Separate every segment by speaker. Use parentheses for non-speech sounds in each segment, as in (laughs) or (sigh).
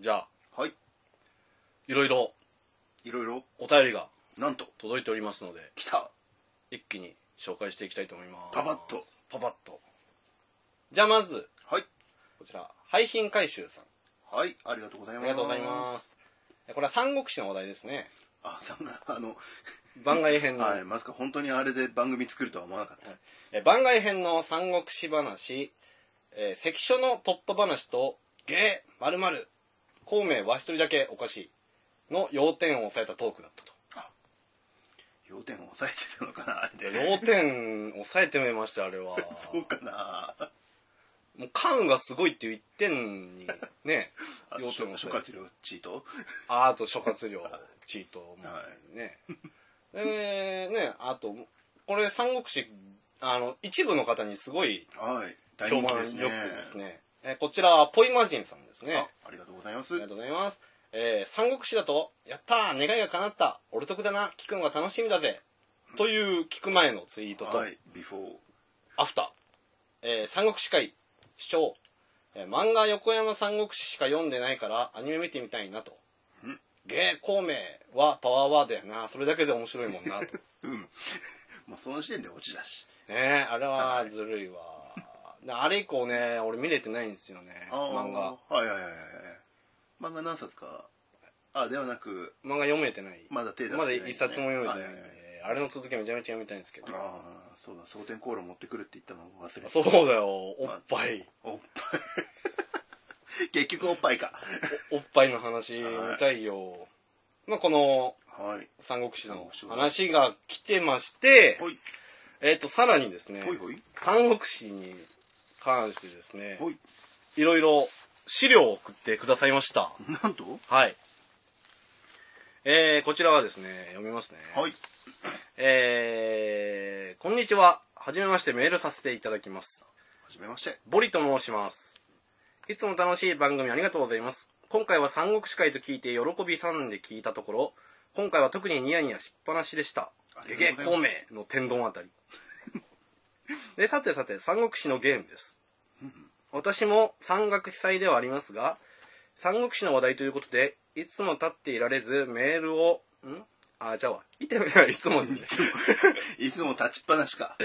Speaker 1: じゃあ
Speaker 2: はい
Speaker 1: いろいろ
Speaker 2: いろいろ
Speaker 1: お便りが
Speaker 2: なんと
Speaker 1: 届いておりますので
Speaker 2: 来た
Speaker 1: 一気に紹介していきたいと思います
Speaker 2: パパッと
Speaker 1: パパッとじゃあまず
Speaker 2: はい
Speaker 1: こちら廃品回収さん
Speaker 2: はいありがとうござい
Speaker 1: あ
Speaker 2: ま
Speaker 1: り
Speaker 2: す
Speaker 1: がとうございますこれは三国志の話題ですね
Speaker 2: あさんがあの、
Speaker 1: 番外編の、
Speaker 2: はいまさか本当にあれで番組作るとは思わなかった、
Speaker 1: え番外編の三国志話、えー関所の突破話とゲーまるまる孔明は一人だけおかしいの要点を抑えたトークだった
Speaker 2: (laughs)
Speaker 1: と
Speaker 2: 要点を押さえてたのかなあれで
Speaker 1: 要点抑えてみましたよあれ
Speaker 2: (laughs)
Speaker 1: は
Speaker 2: そうかな
Speaker 1: もう関がすごいっていう一点にね
Speaker 2: (laughs) あ
Speaker 1: 要
Speaker 2: と
Speaker 1: 点を
Speaker 2: 諸
Speaker 1: 抑えて
Speaker 2: 葛亮チート
Speaker 1: ああと諸葛亮チートも
Speaker 2: は
Speaker 1: ねでねあとこれ三国志あの一部の方にすごい
Speaker 2: はい大
Speaker 1: 評
Speaker 2: 人気
Speaker 1: 判
Speaker 2: で
Speaker 1: 良
Speaker 2: す
Speaker 1: く
Speaker 2: ね
Speaker 1: ですねえこちらはポイマジンさんですね
Speaker 2: あありがとうございま
Speaker 1: あ
Speaker 2: す
Speaker 1: りがとうございます。えー三国志だと、やったー願いが叶った俺得だな聞くのが楽しみだぜという聞く前のツイートと、
Speaker 2: はいビフォー
Speaker 1: アフター、えー三国志会、視聴、えー漫画横山三国志しか読んでないからアニメ見てみたいなと
Speaker 2: ん。ゲ
Speaker 1: 芸孔明はパワーワードやなそれだけで面白いもんな
Speaker 2: (laughs)
Speaker 1: と。ね
Speaker 2: うんもうその時点でオチだし
Speaker 1: えあれはずるいわ。であれ以降ね、俺見れてないんですよね、
Speaker 2: あー
Speaker 1: 漫画。
Speaker 2: はいはいはいはい漫画何冊かあではなく
Speaker 1: 漫画読めてない。
Speaker 2: まだ手出して
Speaker 1: ま
Speaker 2: ない
Speaker 1: だ
Speaker 2: んですね
Speaker 1: 一冊も読めてないん
Speaker 2: はいはいはい
Speaker 1: で、あれの続きめちゃめちゃ読みたいんですけど。
Speaker 2: ああそうだ蒼天航路持ってくるって言ったの忘れてた
Speaker 1: そうだよ、おっぱい。
Speaker 2: おっぱい (laughs) 結局おっぱいか
Speaker 1: おっぱいの話見たいよ。まあ、この
Speaker 2: はい
Speaker 1: 三国志の
Speaker 2: 三国志
Speaker 1: 話が来てまして、
Speaker 2: ほい
Speaker 1: えっ、と、さらにですね、
Speaker 2: ほいほい
Speaker 1: 三国志に関してですね、
Speaker 2: ほい
Speaker 1: いろいろ資料を送ってくださいました。
Speaker 2: なんと
Speaker 1: はい。えー、こちらはですね、読みますね。
Speaker 2: はい
Speaker 1: えー、こんにちは。はじめましてメールさせていただきます。
Speaker 2: はじめまして
Speaker 1: ボリと申します。いつも楽しい番組ありがとうございます。今回は三国志会と聞いて喜びさんで聞いたところ、今回は特にニヤニヤしっぱなしでした
Speaker 2: あ。り
Speaker 1: ゲ
Speaker 2: がと
Speaker 1: ゲ
Speaker 2: うござい
Speaker 1: 孔
Speaker 2: ます
Speaker 1: 明の天丼あた
Speaker 2: (laughs)
Speaker 1: り。で、さてさて、三国志のゲームです。私も山岳被災ではありますが、三国志の話題ということで、いつも立っていられず、メールを、んあ、じゃあわ、いていつも
Speaker 2: (laughs)
Speaker 1: に、
Speaker 2: いつも立ちっぱなしか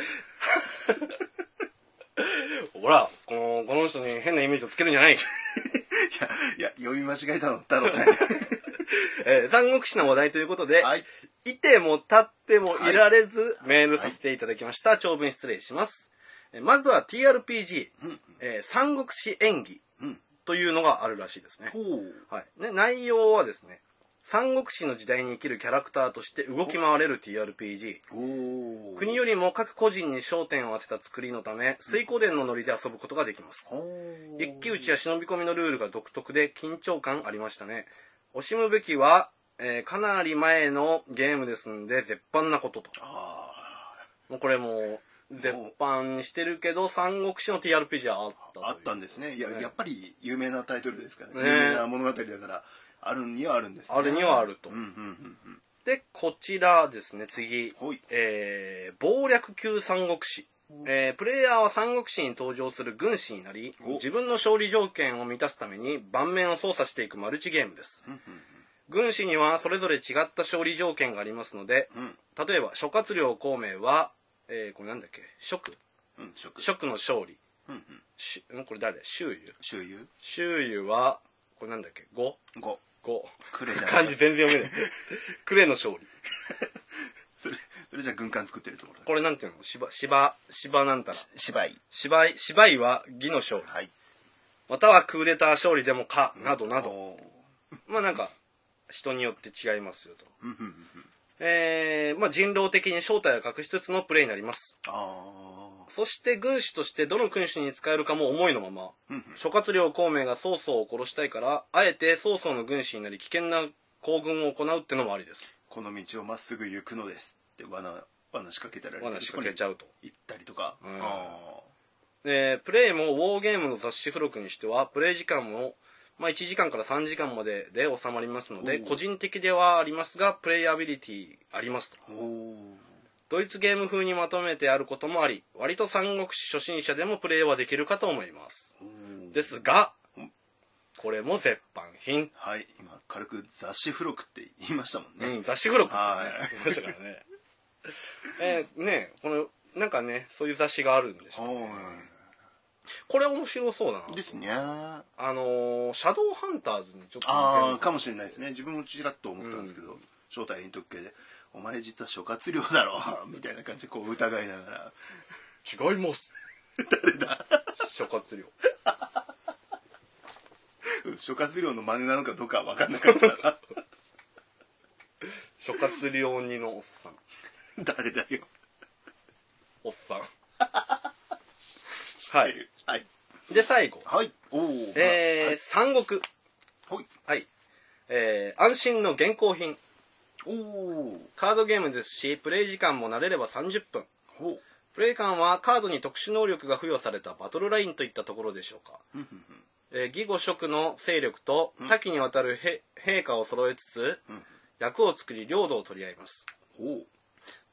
Speaker 1: ほら、この、この人に変なイメージをつけるんじゃ
Speaker 2: (laughs)
Speaker 1: ない
Speaker 2: いや読み間違えたの太郎さん
Speaker 1: (laughs) えー三国志の話題ということで、
Speaker 2: はい
Speaker 1: い、ても立ってもいられず、メールさせていただきました。長文失礼します。えーまずは TRPG、
Speaker 2: うん
Speaker 1: えー三国志演技
Speaker 2: うん
Speaker 1: というのがあるらしいですね。
Speaker 2: ほう
Speaker 1: はい、ね内容はですね、三国志の時代に生きるキャラクターとして動き回れる TRPG。
Speaker 2: おお
Speaker 1: 国よりも各個人に焦点を当てた作りのため、水光伝のノリで遊ぶことができます。
Speaker 2: ほう
Speaker 1: 一騎打ちや忍び込みのルールが独特で緊張感ありましたね。惜しむべきは、えーかなり前のゲームですんで、絶版なことと。
Speaker 2: あ
Speaker 1: もうこれもう、絶版にしてるけど、三国志の TRPG はあったとい
Speaker 2: ー
Speaker 1: う
Speaker 2: あったんですねいや
Speaker 1: ね
Speaker 2: やっぱり有名なタイトルですから
Speaker 1: ね
Speaker 2: ね有名な物語だからあるにはあるんですね
Speaker 1: あるにはあると
Speaker 2: うんうんうんうん
Speaker 1: で、こちらですね、次。
Speaker 2: ほい
Speaker 1: えー、謀略級三国志。えープレイヤーは三国志に登場する軍師になり
Speaker 2: お、
Speaker 1: 自分の勝利条件を満たすために盤面を操作していくマルチゲームです。
Speaker 2: うんうん
Speaker 1: 軍師にはそれぞれ違った勝利条件がありますので、
Speaker 2: うん
Speaker 1: 例えば諸葛亮孔明は、えー、これなんだっけ蜀
Speaker 2: うん食
Speaker 1: 蜀の勝利
Speaker 2: うんうん
Speaker 1: しんこれ誰周遊
Speaker 2: 周遊
Speaker 1: 周遊はこれなんだっけ五
Speaker 2: 5
Speaker 1: 五
Speaker 2: クレじゃない
Speaker 1: 漢字全然読めない呉の勝利
Speaker 2: それそれじゃあ軍艦作ってるところだ
Speaker 1: これなんていうの芝芝芝なんたら
Speaker 2: 芝居
Speaker 1: 芝居芝居は義の勝利
Speaker 2: はい
Speaker 1: またはクーデター勝利でもかなどなど、
Speaker 2: おー
Speaker 1: まあなんか人によって違いますよと
Speaker 2: うんうんうんうん
Speaker 1: えー、まあ人狼的に正体を隠しつつのプレイになります
Speaker 2: あ
Speaker 1: そして軍師としてどの君主に使えるかも思いのまま
Speaker 2: ーうん
Speaker 1: 諸葛亮孔明が曹操を殺したいからあえて曹操の軍師になり危険な行軍を行うってのもありです
Speaker 2: この道をまっすぐ行くのですって罠罠仕掛けてられて
Speaker 1: 罠仕掛けちゃうと、
Speaker 2: 行ったりとか
Speaker 1: うん
Speaker 2: あ
Speaker 1: えープレイもウォーゲームの雑誌付録にしてはプレイ時間も、まあ、1時間から3時間までで収まりますので
Speaker 2: おう
Speaker 1: 個人的ではありますがプレイアビリティありますと
Speaker 2: ーお
Speaker 1: ドイツゲーム風にまとめてあることもあり割と三国志初心者でもプレイはできるかと思います
Speaker 2: ー
Speaker 1: ですが
Speaker 2: うん
Speaker 1: これも絶版品。
Speaker 2: はい今軽く雑誌付録って言いましたもん
Speaker 1: う
Speaker 2: ね、
Speaker 1: ん、雑誌付録って
Speaker 2: は
Speaker 1: ね
Speaker 2: い、
Speaker 1: 言いましたからね。 (laughs) えーねこの、なんかね、そういう雑誌があるんでしょ。
Speaker 2: は
Speaker 1: これ面白そうだな
Speaker 2: ーい。ですねあ
Speaker 1: あのーシャドウハンターズにちょっと似てる
Speaker 2: あーかもしれないですね自分もちらっと思ったんですけど、正体遠特系で「お前実は諸葛亮だろ」みたいな感じでこう疑いながら
Speaker 1: 違います。誰だ諸葛亮。
Speaker 2: うん諸葛亮の真似なのかどうかは分かんなかったら
Speaker 1: 諸葛亮二のおっさん。
Speaker 2: 誰だよ
Speaker 1: おっさん。
Speaker 2: 知
Speaker 1: は
Speaker 2: って
Speaker 1: い。
Speaker 2: るはい
Speaker 1: で、最後。
Speaker 2: はいおお
Speaker 1: えー、三国。
Speaker 2: はい
Speaker 1: はい。えー、安心の現行品。
Speaker 2: おお
Speaker 1: カードゲームですし、プレイ時間も慣れれば30分。
Speaker 2: ほう
Speaker 1: プレイ感はカードに特殊能力が付与されたバトルラインといったところでしょうか。
Speaker 2: ふんふんふん
Speaker 1: えー、義語色の勢力と
Speaker 2: うん
Speaker 1: 多岐にわたるへ陛下を揃えつつ、
Speaker 2: うん
Speaker 1: 役を作り領土を取り合います。
Speaker 2: ほう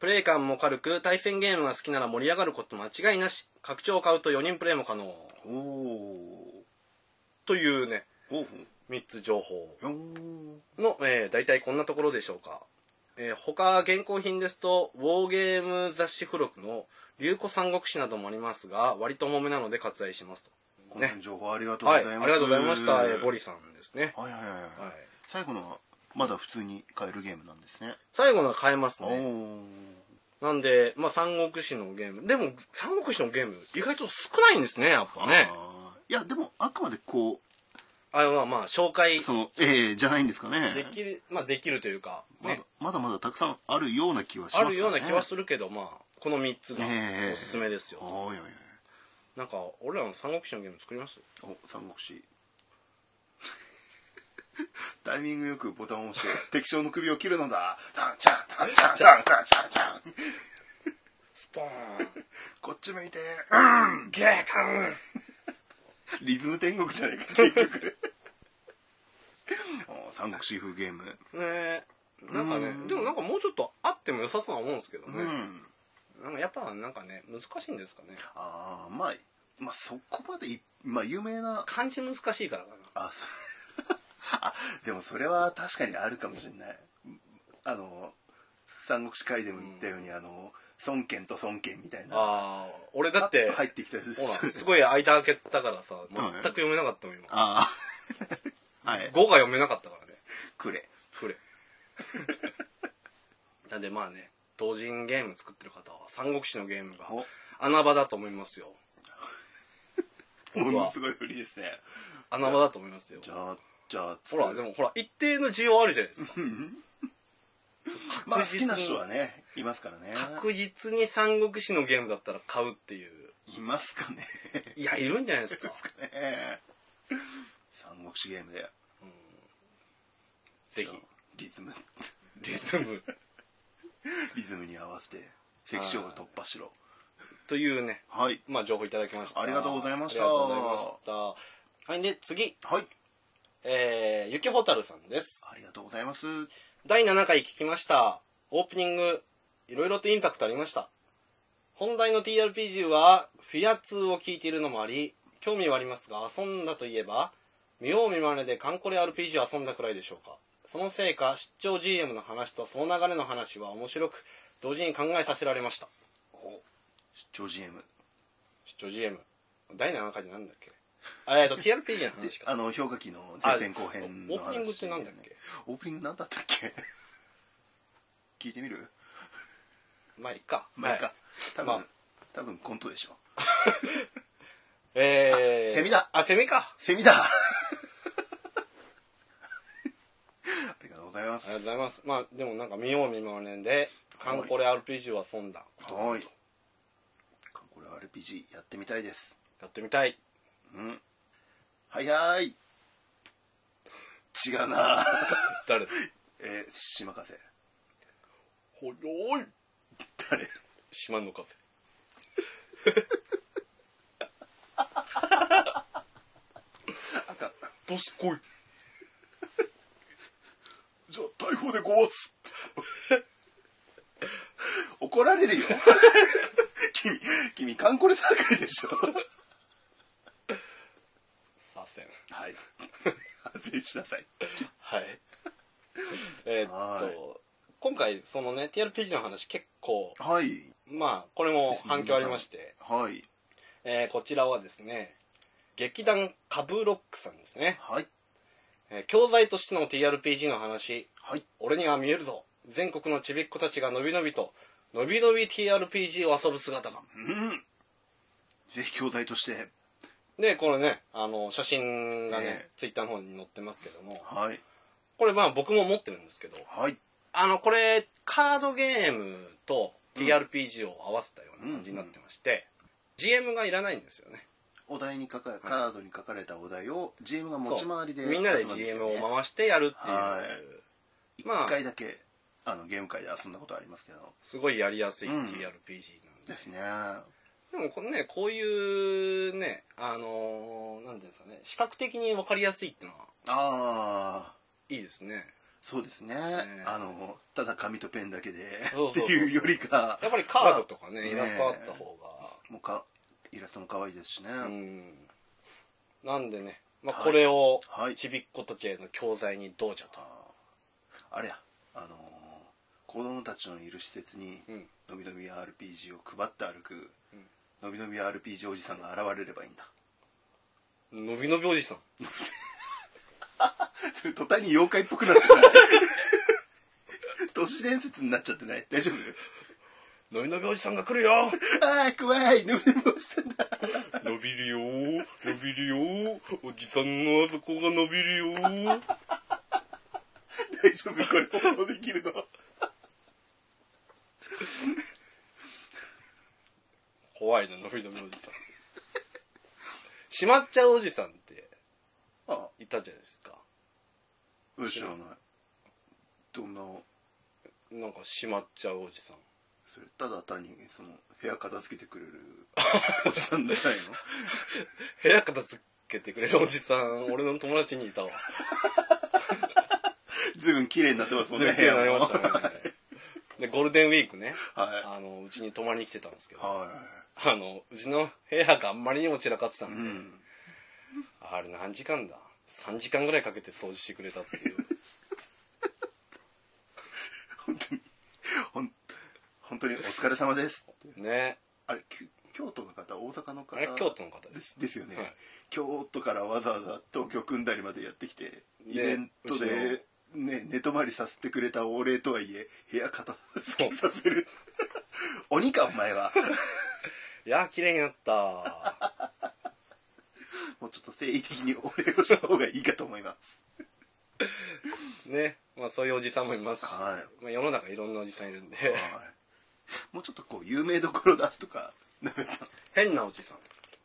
Speaker 1: プレイ感も軽く、対戦ゲームが好きなら盛り上がること間違いなし。拡張を買うと4人プレイも可能。
Speaker 2: おお
Speaker 1: というね、
Speaker 2: ほうほう
Speaker 1: 3つ情報
Speaker 2: よー
Speaker 1: の、えー、大体こんなところでしょうか。えー他、現行品ですと、ウォーゲーム雑誌付録の流行三国志などもありますが、割と重めなので割愛します。
Speaker 2: ことん
Speaker 1: ね
Speaker 2: な。情報ありがとうご
Speaker 1: は
Speaker 2: ざい
Speaker 1: い、あ
Speaker 2: ま
Speaker 1: り
Speaker 2: す、
Speaker 1: がとうございました。えーボリさんですね。
Speaker 2: はいはいはい、
Speaker 1: はい
Speaker 2: はい、最後のはまだ普通に買えるゲームなんですね
Speaker 1: 最後のは変えます
Speaker 2: お
Speaker 1: ね。
Speaker 2: お
Speaker 1: なんで、まあ、三国志のゲーム。でも、三国志のゲーム、意外と少ないんですね、やっぱね。
Speaker 2: いやでもあくまでこ
Speaker 1: あれはまあ、紹介
Speaker 2: うそのええじゃないんですかね
Speaker 1: できる、まあ、できるというか、
Speaker 2: ま
Speaker 1: ね
Speaker 2: だ、まだまだたくさんあるような気はします
Speaker 1: あ
Speaker 2: からね
Speaker 1: るような気はするけど、まあ、この3つが
Speaker 2: ねえ
Speaker 1: おすすめですよ。
Speaker 2: おいおいおい
Speaker 1: なんか、俺らの三国志のゲーム作ります
Speaker 2: お三国志 (laughs) タイミングよくボタンを押して敵将の首を切るのだタンチャンタンチャンタンチャンチャンチャン
Speaker 1: スポー
Speaker 2: こっち向いて
Speaker 1: ンゲーカン
Speaker 2: リズム天国じゃねえ (laughs) か結局お三国志風ゲーム
Speaker 1: ねえ。なんかね
Speaker 2: う、ん
Speaker 1: でもなんかもうちょっとあっても良さそうなもんですけど
Speaker 2: う
Speaker 1: ね。
Speaker 2: ん
Speaker 1: なんかやっぱなんかね、難しいんですかね。
Speaker 2: ああまあまあそこまでいまあ有名な
Speaker 1: 漢字難しいからかな。
Speaker 2: あそ (laughs) あでもそれは確かにあるかもしれないあの三国志会でも言ったように、あの孫権と孫権みたいな
Speaker 1: ああ、俺だって、
Speaker 2: 入ってきたり
Speaker 1: ほら、すごい間開けたからさ、全く読めなかったもん、今。
Speaker 2: ああ (laughs) はい
Speaker 1: 5が読めなかったからね。
Speaker 2: くれ
Speaker 1: くれ。なんでまあね、同人ゲーム作ってる方は、三国志のゲームが
Speaker 2: お
Speaker 1: 穴場だと思いますよ。
Speaker 2: も
Speaker 1: 僕は
Speaker 2: のすごい振りですね
Speaker 1: 穴場だと思いますよ
Speaker 2: じ。ゃあじゃあ
Speaker 1: ほら、でもほら、一定の需要あるじゃないです
Speaker 2: (laughs)
Speaker 1: か。
Speaker 2: まあ
Speaker 1: 確実
Speaker 2: 好
Speaker 1: に
Speaker 2: きな人はねいますからね
Speaker 1: 確実に三国志のゲームだったら買うっていう。
Speaker 2: いますかね (laughs)
Speaker 1: いや、いるんじゃないですか。
Speaker 2: ねえ三国志ゲームで
Speaker 1: ぜ
Speaker 2: じゃあリズム
Speaker 1: ひ、リズム。
Speaker 2: リズムに合わせて関所を突破しろ
Speaker 1: というね、
Speaker 2: はい
Speaker 1: まあ、情報いただきました。
Speaker 2: ありがとうございました
Speaker 1: ありがとうございました。はい、で、次、
Speaker 2: はい
Speaker 1: えー、ゆきほたるさんです。
Speaker 2: ありがとうございます。
Speaker 1: 第7回聞きました。オープニング、いろいろとインパクトありました。本題の TRPG は、フィア2を聞いているのもあり、興味はありますが、遊んだといえば、見よう見まねでカンコレ RPG を遊んだくらいでしょうか。そのせいか、出張 GM の話とその流れの話は面白く、同時に考えさせられました。
Speaker 2: お出張 GM。
Speaker 1: 出張 GM。第7回でなんだっけあえっと、TRPG の
Speaker 2: で
Speaker 1: 話、か。
Speaker 2: あの、氷河期の前編後編の話。
Speaker 1: オープニングってなんだっけ
Speaker 2: オープニングなんだったっけ (laughs) 聞いてみる
Speaker 1: まあ、いっか。
Speaker 2: まあ、いい
Speaker 1: は
Speaker 2: か
Speaker 1: い。。
Speaker 2: 多分、
Speaker 1: まあ
Speaker 2: 多分コントでしょ。
Speaker 1: えー。
Speaker 2: あセミだ
Speaker 1: あ、セミか
Speaker 2: セミだ (laughs) ありがとうございま
Speaker 1: あ
Speaker 2: す
Speaker 1: り。がとうございます。まあ、でもなんか見よう見まねで、カンコレ RPG を遊んだ。
Speaker 2: はい。これ RPG やってみたいです。
Speaker 1: やってみたい。
Speaker 2: うん。はいはーい。違うな
Speaker 1: 誰だ
Speaker 2: (laughs) えー、島風。
Speaker 1: ほよーい。
Speaker 2: 誰
Speaker 1: 島のカフ
Speaker 2: あかん。
Speaker 1: ェ。どすこい。
Speaker 2: じゃあ逮捕でごわす怒られるよ君君カンコレサークルでしょ
Speaker 1: させん。
Speaker 2: はい反省しなさい。
Speaker 1: はい。えーっと、
Speaker 2: はい
Speaker 1: 今回、そのね、TRPG の話結構、
Speaker 2: はい。
Speaker 1: まあ、これも反響ありまして、
Speaker 2: はい。
Speaker 1: えーこちらはですね、劇団カブーロックさんですね。
Speaker 2: はい。
Speaker 1: えー教材としての TRPG の話、
Speaker 2: はい。
Speaker 1: 俺には見えるぞ。全国のちびっ子たちがのびのびと、のびのび TRPG を遊ぶ姿が。
Speaker 2: うん。ぜひ教材として。
Speaker 1: で、これね、あの、写真がね、
Speaker 2: ね
Speaker 1: ツイッターの方に載ってますけども、
Speaker 2: はい。
Speaker 1: これまあ僕も持ってるんですけど、
Speaker 2: はい。
Speaker 1: あの、これ、カードゲームと TRPG を合わせたような感じになってまして、GM がいらないんですよね。
Speaker 2: お題に書か、カードに書かれたお題を GM が持ち回りで、
Speaker 1: そうみんなで
Speaker 2: 遊ぶです
Speaker 1: GM
Speaker 2: よね
Speaker 1: を回してやるって
Speaker 2: は
Speaker 1: いう、
Speaker 2: 一
Speaker 1: まあ
Speaker 2: 回だけ、あの、ゲーム会で遊んだことありますけど。
Speaker 1: すごいやりやすい TRPG
Speaker 2: う
Speaker 1: なん
Speaker 2: ん
Speaker 1: で。
Speaker 2: ですすね。
Speaker 1: でもこのね、こういうね、あのーなんていうんですかね、視覚的に分かりやすいっていうのは
Speaker 2: ああ、
Speaker 1: いいですね。
Speaker 2: そうですね。
Speaker 1: ね
Speaker 2: あの、ただ紙とペンだけで
Speaker 1: そう
Speaker 2: っ
Speaker 1: そ
Speaker 2: て
Speaker 1: うそう
Speaker 2: いうよりか、
Speaker 1: やっぱりカードとかね、
Speaker 2: まあ
Speaker 1: イラストあった方
Speaker 2: もうか、イラストも可愛いですしね。
Speaker 1: が、うん。なんでね、ま
Speaker 2: は
Speaker 1: あ、
Speaker 2: い
Speaker 1: これを、
Speaker 2: はい
Speaker 1: ちびっ子時計の教材にどうじゃと。
Speaker 2: あーあれや、あのー子供たちのいる施設に、
Speaker 1: うん。
Speaker 2: のびのび RPG を配って歩く、
Speaker 1: うん
Speaker 2: のびのび RPG おじさんが現れればいいんだ。 (laughs)
Speaker 1: のびのびおじさん。
Speaker 2: それ途端に妖怪っぽくなってない。 (laughs) 都市伝説になっちゃってない大丈夫
Speaker 1: のびのびおじさんが来るよ
Speaker 2: ああ、怖いのびのびおじさんだ。 (laughs)
Speaker 1: 伸びるよー伸びるよーおじさんのあそこが伸びるよー
Speaker 2: 大丈夫これ放送できるの
Speaker 1: 怖いな、のびのびおじさん。しまっちゃうおじさんって
Speaker 2: あ
Speaker 1: いたじゃないですか。
Speaker 2: あ知らないどんな
Speaker 1: なんかしまっちゃうおじさん。
Speaker 2: それただ単にその部屋片付けて
Speaker 1: (laughs)
Speaker 2: くれるおじさんじゃないの
Speaker 1: 部屋片付けてくれるおじさん、俺の友達にいたわ。
Speaker 2: 随分綺麗になってま
Speaker 1: (laughs)
Speaker 2: すもんね
Speaker 1: 綺麗になりまし
Speaker 2: 部
Speaker 1: た
Speaker 2: 屋も
Speaker 1: ね。で、ゴールデンウィークね、
Speaker 2: (laughs) は
Speaker 1: あの、うちに泊まりに来てたんですけ
Speaker 2: い
Speaker 1: ど、
Speaker 2: は
Speaker 1: あの、うちの部屋があんまりにも散らかってた
Speaker 2: いうん
Speaker 1: で、
Speaker 2: ん
Speaker 1: あれ何時間だ ?3 時間ぐらいかけて掃除してくれたっていう。
Speaker 2: 本当にほん本当にお疲れ様です
Speaker 1: (laughs) ね。
Speaker 2: あれきゅ京都の方大阪の方
Speaker 1: あれ京都の方
Speaker 2: で
Speaker 1: です。
Speaker 2: すですよね、
Speaker 1: はい
Speaker 2: 京都からわざわざ東京組んだりまでやってきて
Speaker 1: ね
Speaker 2: イベント
Speaker 1: う
Speaker 2: で、ね、寝泊まりさせてくれたお礼とはいえ部屋片付けさせる (laughs) 鬼かお前はい
Speaker 1: やー、綺麗にな (laughs) った。
Speaker 2: もうちょっと誠意的にお礼をした方がいいかと思います
Speaker 1: ね。まあそういうおじさんもいますし、
Speaker 2: (laughs) は
Speaker 1: まあ、世の中いろんなおじさんいるんで、
Speaker 2: い、はい、もうちょっとこう有名どころ出すとかなかった
Speaker 1: 変なおじさん。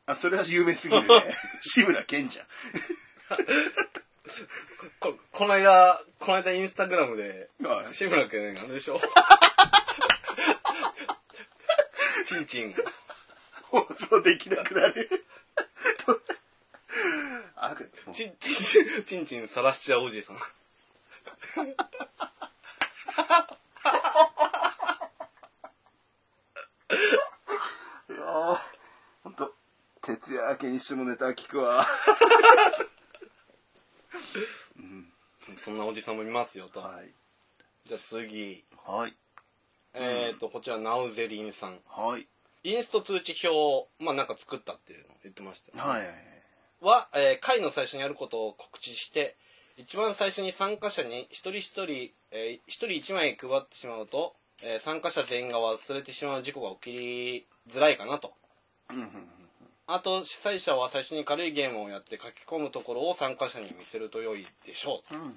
Speaker 2: あそれは有名すぎるね (laughs) 志村けんじゃん
Speaker 1: こ、この間、この間インスタグラムで、
Speaker 2: はい
Speaker 1: 志村けんがあれで (laughs) しょチンチン。
Speaker 2: 放送できなくな (laughs) るとあもう
Speaker 1: チンチン、チンチンさらしちゃうおじさん。
Speaker 2: いやーほんと徹夜明けにしてもネタ聞くわ
Speaker 1: そんなおじさんもいますよと。
Speaker 2: はい
Speaker 1: じゃあ次。
Speaker 2: はい
Speaker 1: えっ、ー、と、こちら、ナウゼリンさん。
Speaker 2: はい
Speaker 1: インスト通知表を、まあ、なんか作ったっていうのを言ってましたよね、
Speaker 2: はい
Speaker 1: は、えー会の最初にやることを告知して、一番最初に参加者に一人一人、えー一人一枚配ってしまうと、えー参加者全員が忘れてしまう事故が起きづらいかなと。
Speaker 2: うんうん
Speaker 1: あと、主催者は最初に軽いゲームをやって書き込むところを参加者に見せると良いでしょう。
Speaker 2: うんうんうんうん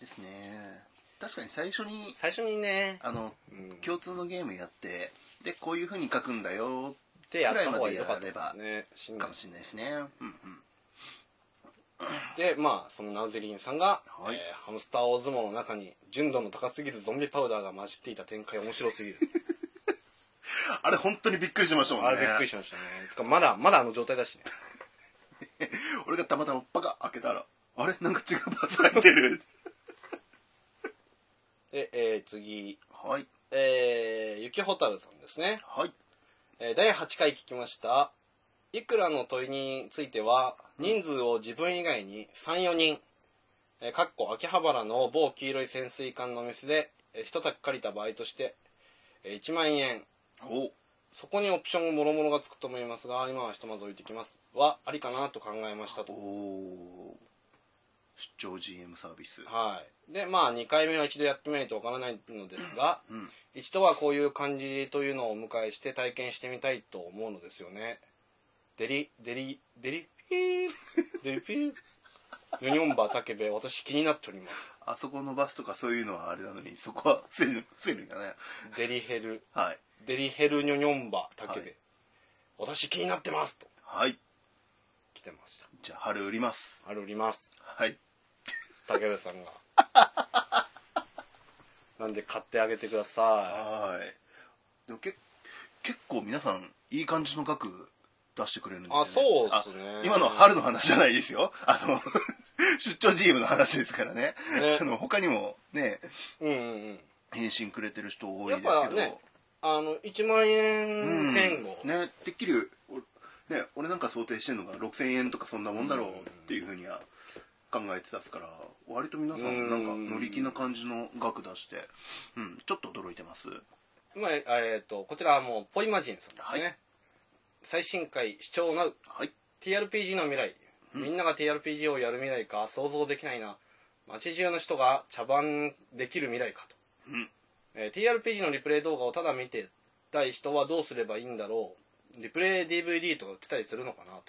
Speaker 2: ですね確かに最初に
Speaker 1: 最初にね、
Speaker 2: あの
Speaker 1: うん、っ
Speaker 2: 共通のゲームやってでこういう風に書くんだよ
Speaker 1: てやった方がいいとかってね、しん
Speaker 2: か
Speaker 1: どい
Speaker 2: もしれないですねうんうん
Speaker 1: で、まあ、そのナウゼリンさんが、
Speaker 2: は
Speaker 1: え
Speaker 2: い
Speaker 1: ーハムスター大相撲の中に純度の高すぎるゾンビパウダーが混じっていた展開面白すぎ
Speaker 2: (laughs)
Speaker 1: る。
Speaker 2: あれ本当にびっくりしましたもんね
Speaker 1: あれびっくりしましたね。つかまだ、まだあの状態だしね。
Speaker 2: 俺がたまたまパカ開けたらあれなんか違うパーツ入ってる
Speaker 1: で、えー次、
Speaker 2: はい
Speaker 1: えー、ゆきほたるさんですね。
Speaker 2: はい
Speaker 1: えー第8回聞きました。いくらの問いについては、人数を自分以外に3、4人、えーかっこ秋葉原の某黄色い潜水艦のお店で、えー、ひとたく借りた場合として、えー1万円、
Speaker 2: お
Speaker 1: そこにオプションもろもろがつくと思いますが、今はひとまず置いてきます。は、ありかなと考えましたと。
Speaker 2: おー出張 GM サービス
Speaker 1: はい。で、まあ、2回目は一度やってみないとわからないのですが、
Speaker 2: うん
Speaker 1: 一度はこういう感じというのをお迎えして体験してみたいと思うのですよねデリデリデリピーデリピーユニオンバー竹部私気になっております
Speaker 2: あそこのバスとかそういうのはあれなのにそこはセルセルがね
Speaker 1: デリヘル
Speaker 2: はい
Speaker 1: デリヘルニョニョンバー竹部、
Speaker 2: はい
Speaker 1: 私気になってますと
Speaker 2: はい
Speaker 1: 来てました
Speaker 2: じゃあ春売ります
Speaker 1: あるります
Speaker 2: はい
Speaker 1: 竹部さんが
Speaker 2: (laughs)
Speaker 1: なんで買ってあげてくださ
Speaker 2: はいでもけ結構皆さんいい感じの額出してくれるんですよ、ね、
Speaker 1: あそうですね
Speaker 2: あ今のは春の話じゃないですよあの (laughs) 出張 GM の話ですからね
Speaker 1: ね
Speaker 2: あの他にもね
Speaker 1: いうんうんうん
Speaker 2: 返信くれてる人多い
Speaker 1: や
Speaker 2: で
Speaker 1: っ
Speaker 2: すけど
Speaker 1: ぱねあの1万円前後、
Speaker 2: うんねてっきりおね俺なんか想定してるのが6000円とかそんなもんだろうっていうふうには考えてたっすから割と皆さんなんか乗り気な感じの額出して、うん、ちょっと驚いてます
Speaker 1: まあ、ええーと、こちらはもう、ポイマジンさんですね。
Speaker 2: は
Speaker 1: 最新回、視聴なう。
Speaker 2: はい
Speaker 1: TRPG の未来。みんなが TRPG をやる未来か、想像できないな。街中の人が茶番できる未来かと。
Speaker 2: うん
Speaker 1: えー TRPG のリプレイ動画をただ見てたい人はどうすればいいんだろう。リプレイ DVD とか売ってたりするのかなと。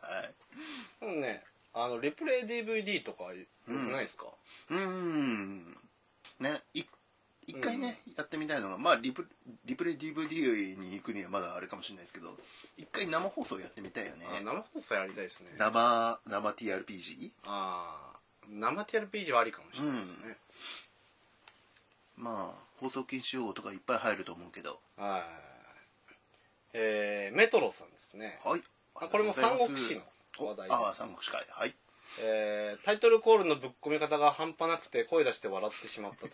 Speaker 2: はい
Speaker 1: でもね、あの、リプレイ DVD とか、よくないですか、
Speaker 2: うーんねい一回ね、やってみたいのがまあリプリプレイ DVD に行くにはまだあれかもしれないですけど一回生放送やってみたいよね
Speaker 1: あ生放送やりたいですね。
Speaker 2: 生生 TRPG?
Speaker 1: ああ、生 TRPG はありかもしれないですね。
Speaker 2: まあ放送禁止用語とかいっぱい入ると思うけど
Speaker 1: はい。えー、メトロさんですね。
Speaker 2: はい
Speaker 1: あこれも三国志の
Speaker 2: お
Speaker 1: 話題です
Speaker 2: ああ三国志会はい
Speaker 1: えータイトルコールのぶっ込み方が半端なくて声出して笑ってしまったと。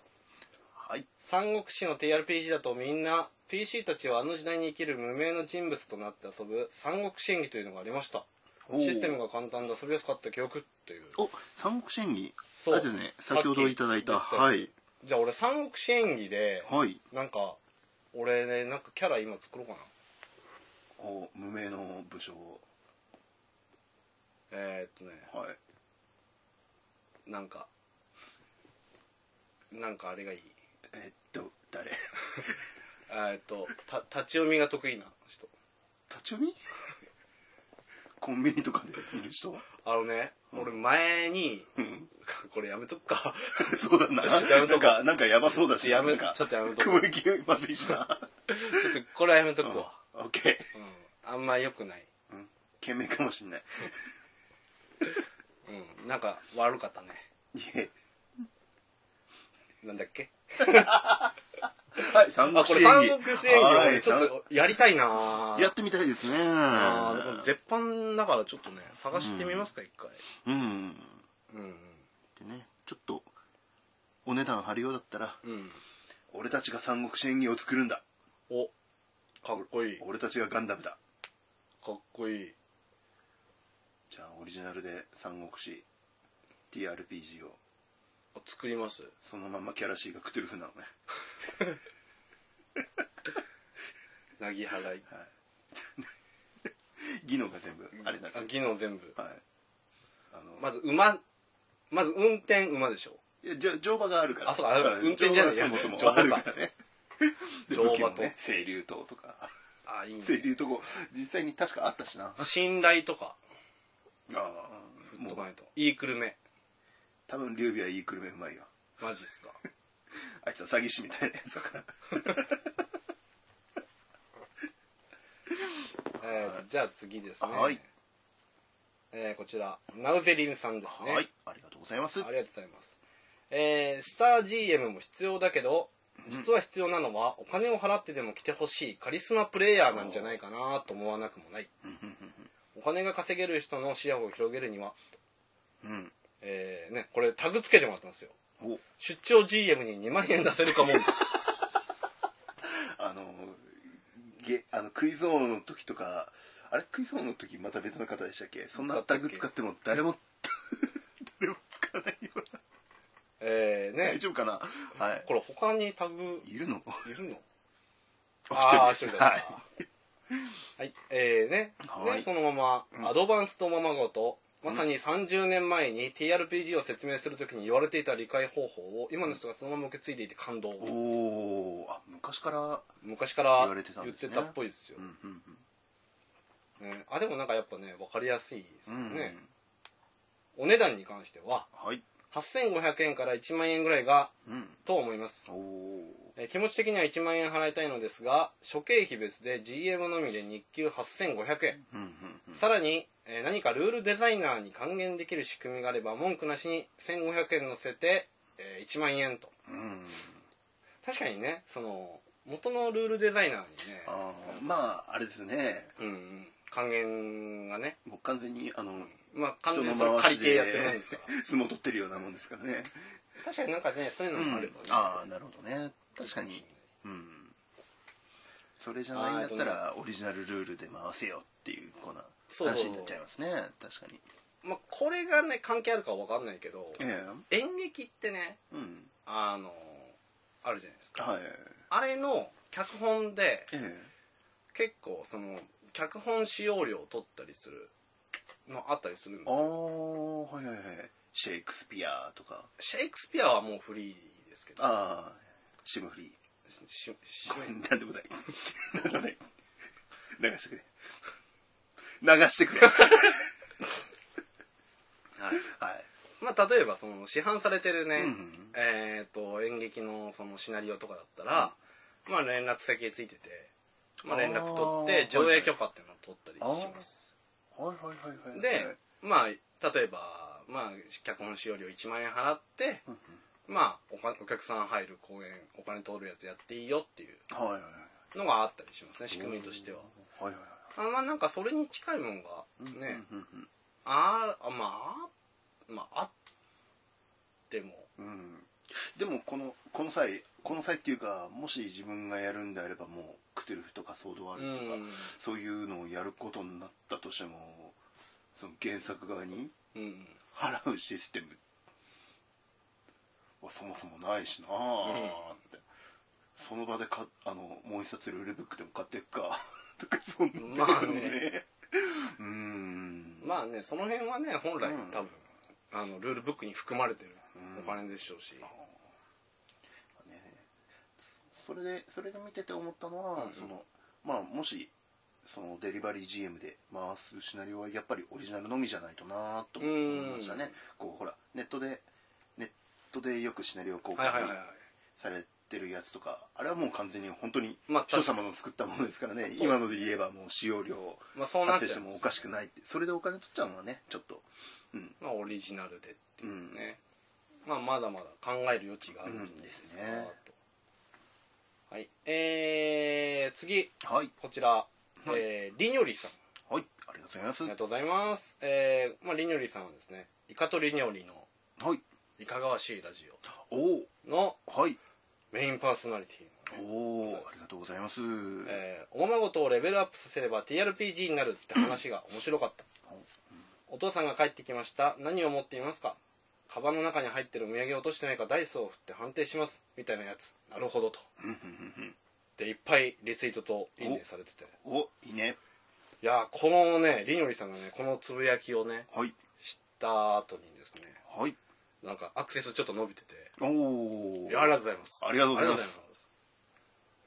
Speaker 2: はい
Speaker 1: 三国志の TRPG だとみんな PC たちはあの時代に生きる無名の人物となって遊ぶ三国志演義というのがありました。
Speaker 2: おー
Speaker 1: システムが簡単で遊びやすかった記憶という。
Speaker 2: お三国志演義
Speaker 1: そう
Speaker 2: あれですね先ほどいただいた
Speaker 1: さっき
Speaker 2: はい
Speaker 1: じゃあ俺三国志演義で、
Speaker 2: はい
Speaker 1: なんか、俺ね、なんかキャラ今作ろうかな。
Speaker 2: お無名の武将
Speaker 1: えー、っとね、
Speaker 2: はい
Speaker 1: なんか、なんかあれがいい。
Speaker 2: えっと誰立
Speaker 1: えーっと、た立ち読みが得意な人。
Speaker 2: ち読 (laughs) みコンビニとかでいる人
Speaker 1: あのね、俺前に、
Speaker 2: うん
Speaker 1: (laughs) これやめとくか。
Speaker 2: (laughs)
Speaker 1: (laughs)
Speaker 2: そうだな
Speaker 1: やめ
Speaker 2: な
Speaker 1: とこうん
Speaker 2: かなんかやばそうだし
Speaker 1: やめ
Speaker 2: なんか
Speaker 1: ちょっとやめとこ
Speaker 2: 雲行きまずいしな
Speaker 1: (laughs) ちょっとこれはやめとくわ。
Speaker 2: オッケ
Speaker 1: うん。あんま良くない。
Speaker 2: ーうん懸命かもしんない
Speaker 1: うん。なんか悪かったね。
Speaker 2: いえ
Speaker 1: なんだっけ
Speaker 2: はい三
Speaker 1: あ、
Speaker 2: 国
Speaker 1: こ
Speaker 2: 志
Speaker 1: れ
Speaker 2: 演
Speaker 1: 三
Speaker 2: 義
Speaker 1: 国志演技
Speaker 2: は
Speaker 1: 俺
Speaker 2: い
Speaker 1: ちょっとやりたいなぁ
Speaker 2: やってみたいですね
Speaker 1: あーでも絶版だからちょっとね、探してみますか、一回。
Speaker 2: うん
Speaker 1: うんうん。
Speaker 2: でねちょっとお値段張るようだったら
Speaker 1: うん。
Speaker 2: 俺たちが三国志演義を作るんだ
Speaker 1: お、かっこいい。か
Speaker 2: 俺たちがガンダムだ
Speaker 1: っこいい。
Speaker 2: じゃあオリジナルで三国志 TRPG を
Speaker 1: あ作ります。
Speaker 2: そのままキャラ C がクトゥルフなのね
Speaker 1: なぎ払い。
Speaker 2: 技能が全部あれだ
Speaker 1: あ
Speaker 2: ね
Speaker 1: 技能全部。
Speaker 2: はいあの、
Speaker 1: まず馬、まず運転馬でしょ。
Speaker 2: いやじゃ乗馬があるから
Speaker 1: あそうかあ
Speaker 2: はい
Speaker 1: 運転じゃない
Speaker 2: 乗馬がそもそ
Speaker 1: 乗馬
Speaker 2: も
Speaker 1: か
Speaker 2: あるからね
Speaker 1: (laughs)
Speaker 2: で
Speaker 1: 乗馬
Speaker 2: 武
Speaker 1: と
Speaker 2: 器もね清流刀とか (laughs)
Speaker 1: あ、いいね。
Speaker 2: 清流刀実際に確かあったしなあ
Speaker 1: 信頼とか、
Speaker 2: あも
Speaker 1: と
Speaker 2: う
Speaker 1: かないと。いい久留米。
Speaker 2: 多分劉備はいい車うまいよ
Speaker 1: マジっ (laughs) すか。
Speaker 2: あいつは詐欺師みたいなやつだから
Speaker 1: えーじゃあ次ですね。
Speaker 2: はい
Speaker 1: えーこちら、ナウゼリンさんですね。
Speaker 2: はい、ありがとうございます。
Speaker 1: ありがとうございます。えースター GM も必要だけど、実は必要なのは、お金を払ってでも来てほしいカリスマプレイヤーなんじゃないかなと思わなくもない。お金が稼げる人の視野を広げるには、
Speaker 2: うん。
Speaker 1: えーね、これタグつけてもらってますよ。
Speaker 2: お、
Speaker 1: 出張 GM に2万円出せるかも。
Speaker 2: あの、げ、あの、クイズ王の時とか、あれクイズ王の時また別の方でしたっけそんなタグ使っても誰も (laughs) 誰も使わないような
Speaker 1: えー、ね
Speaker 2: 大丈夫かなはい
Speaker 1: これ他にタグ
Speaker 2: いるの
Speaker 1: いるの
Speaker 2: (laughs) あ
Speaker 1: ー
Speaker 2: は
Speaker 1: 一人だはい、えーね
Speaker 2: はい
Speaker 1: ねそのま
Speaker 2: うん
Speaker 1: まアドバンスとままごとまさに30年前に TRPG を説明するときに言われていた理解方法を今の人がそのまま受け継いでいて感動
Speaker 2: いおおあ昔から
Speaker 1: 昔から
Speaker 2: 言われてたん
Speaker 1: 言
Speaker 2: で
Speaker 1: っ
Speaker 2: すね
Speaker 1: てたっぽいですよ
Speaker 2: うんうん
Speaker 1: ねあでもなんかやっぱね分かりやすいです
Speaker 2: う
Speaker 1: よ
Speaker 2: ん、
Speaker 1: ね、お値段に関しては
Speaker 2: うん、はい
Speaker 1: 8500円から1万円ぐらいが
Speaker 2: うん
Speaker 1: と思います
Speaker 2: おお
Speaker 1: えー気持ち的には1万円払いたいのですが諸経費別で GM のみで日給8500円
Speaker 2: うんうんうん
Speaker 1: さらに、えー何かルールデザイナーに還元できる仕組みがあれば文句なしに1500円乗せて、えー1万円と
Speaker 2: うん
Speaker 1: 確かにねその元のルールデザイナーにね
Speaker 2: あーまああれですね
Speaker 1: うんうん還元がね
Speaker 2: もう完全にあの
Speaker 1: まあ完全にそ
Speaker 2: 人の
Speaker 1: れ
Speaker 2: 回
Speaker 1: 会
Speaker 2: し
Speaker 1: 計
Speaker 2: で
Speaker 1: やってるもんですから
Speaker 2: (laughs) 相撲取ってるようなもんですからね、
Speaker 1: 確かになんかねそういう
Speaker 2: う
Speaker 1: のもあれ
Speaker 2: ん
Speaker 1: ばね、、
Speaker 2: ああなるほどね確かにうんそれじゃないんだったらオリジナルルールで回せよっていうこんな
Speaker 1: そう
Speaker 2: 話になっちゃいますね確かに
Speaker 1: まあ、これがね関係あるかは分かんないけど
Speaker 2: え
Speaker 1: 演劇ってね
Speaker 2: えうん
Speaker 1: あのあるじゃないですか
Speaker 2: はい
Speaker 1: あれの脚本で
Speaker 2: ええ
Speaker 1: 結構その脚本使用料を取ったりするのあったりするんで
Speaker 2: ああはいはいはいシェイクスピアとか
Speaker 1: すシェイクスピアはもうフリーですけど
Speaker 2: ああシムフリー
Speaker 1: しし
Speaker 2: ごめんなんでもないなんでもない流してくれ流してく
Speaker 1: (laughs)
Speaker 2: れはい
Speaker 1: はいまあ、例えばその市販されてるね、
Speaker 2: うん
Speaker 1: えー、と演劇のそのシナリオとかだったら、まあ、連絡先ついてて、まあ、連絡取って
Speaker 2: あー
Speaker 1: 上映許可っていうのを取ったりします、
Speaker 2: はいはいはいはい
Speaker 1: で、まあ、例えば、まあ、脚本使用料1万円払って、
Speaker 2: うん
Speaker 1: まあ、おかお客さん入る公演お金通るやつやっていいよっていう
Speaker 2: うんはいはいはい
Speaker 1: のがあったりしますね仕組みとしては
Speaker 2: はいはいは
Speaker 1: あまあなんかそれに近いもんが
Speaker 2: いうん
Speaker 1: ね、
Speaker 2: うんうん
Speaker 1: あーあまああまああっても
Speaker 2: うんうんでもこのこの際この際っていうかもし自分がやるんであればもうクトゥルフとかソードワー
Speaker 1: う
Speaker 2: ルドとか、
Speaker 1: ん
Speaker 2: そういうのをやることになったとしてもその原作側に
Speaker 1: うん
Speaker 2: 払うシステムはそもそもないしなあって、その場でかあのもう一冊ルールブックでも買っていくか (laughs) とかそんな
Speaker 1: まあね
Speaker 2: のうーん
Speaker 1: まあねその辺はね本来
Speaker 2: うん
Speaker 1: 多分、あのルールブックに含まれてる
Speaker 2: うん
Speaker 1: お金でしょうし、
Speaker 2: ねそれでそれで見てて思ったのは、そのまあもしそのデリバリー GM で回すシナリオはやっぱりオリジナルのみじゃないとなと思いましたね、
Speaker 1: うん
Speaker 2: こうほらネットでネットでよくシナリオ公
Speaker 1: は
Speaker 2: 開
Speaker 1: いはいはいはい
Speaker 2: されてるやつとかあれはもう完全に本当に
Speaker 1: まあ
Speaker 2: 人様の作ったものですからね、
Speaker 1: す
Speaker 2: 今ので言えばもう使用料
Speaker 1: まあそうなっ
Speaker 2: 発
Speaker 1: ちゃい
Speaker 2: 生して
Speaker 1: ま
Speaker 2: も
Speaker 1: す
Speaker 2: おかしくないってそれでお金取っちゃうのはねちょっとうん
Speaker 1: まあオリジナルでっていうね、まあまだまだ考える余地があるんですね、
Speaker 2: うんですね
Speaker 1: とはいえー、次
Speaker 2: はい
Speaker 1: こちら、
Speaker 2: い
Speaker 1: えーリニョリさん
Speaker 2: はいありがとうございます
Speaker 1: あり
Speaker 2: は
Speaker 1: がとうございます、えーまあ、リニョリさんはですねイカとリニョリの
Speaker 2: い
Speaker 1: いかがわしいラジ
Speaker 2: おお
Speaker 1: オの
Speaker 2: はい
Speaker 1: メインパーソナリティの
Speaker 2: おおありがとうございます、
Speaker 1: えーおままごとをレベルアップさせれば TRPG になるって話が面白かったお父さんが帰ってきました何を持っていますかカバンの中に入ってるお土産を落としてないかダイスを振って判定しますみたいなやつなるほどと
Speaker 2: うんうんうん
Speaker 1: でいっぱいリツイートといいねされてて
Speaker 2: うんおいいね
Speaker 1: いやーこのねりのりさんがねこのつぶやきをね
Speaker 2: はい
Speaker 1: 知った後にですね
Speaker 2: はい
Speaker 1: なんかアクセスちょっと伸びてて
Speaker 2: おお
Speaker 1: いやありがとうございます
Speaker 2: ありがとうございます
Speaker 1: あ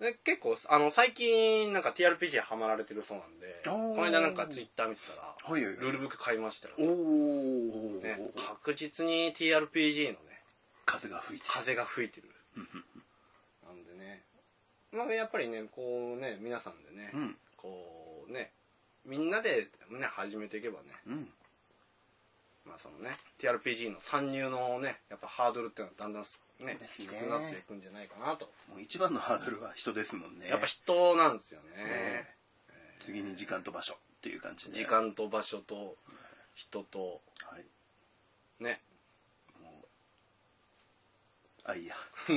Speaker 1: りで結構あの最近なんか TRPG ハマられてるそうなんでこ
Speaker 2: おー
Speaker 1: の間なんかツイッター見てたら
Speaker 2: はいはい
Speaker 1: ルールブック買いましたよ、
Speaker 2: おお、
Speaker 1: ね、確実に TRPG のね
Speaker 2: 風が吹いて
Speaker 1: 風が吹いてる
Speaker 2: うんうん
Speaker 1: なんでねまあやっぱりねこうね皆さんでね、
Speaker 2: うん
Speaker 1: こうねみんなで、ね、始めていけばね、
Speaker 2: うん
Speaker 1: まあそのね、TRPG の参入のね、やっぱハードルっていうのはだんだんすね、
Speaker 2: です
Speaker 1: 低
Speaker 2: ね
Speaker 1: くなっていくんじゃないかなと。
Speaker 2: もう一番のハードルは人ですもんね
Speaker 1: やっぱ人なんですよね。
Speaker 2: ね次に時間と場所っていう感じで
Speaker 1: 時間と場所と人と
Speaker 2: はい
Speaker 1: ね (laughs)
Speaker 2: あいいや
Speaker 1: な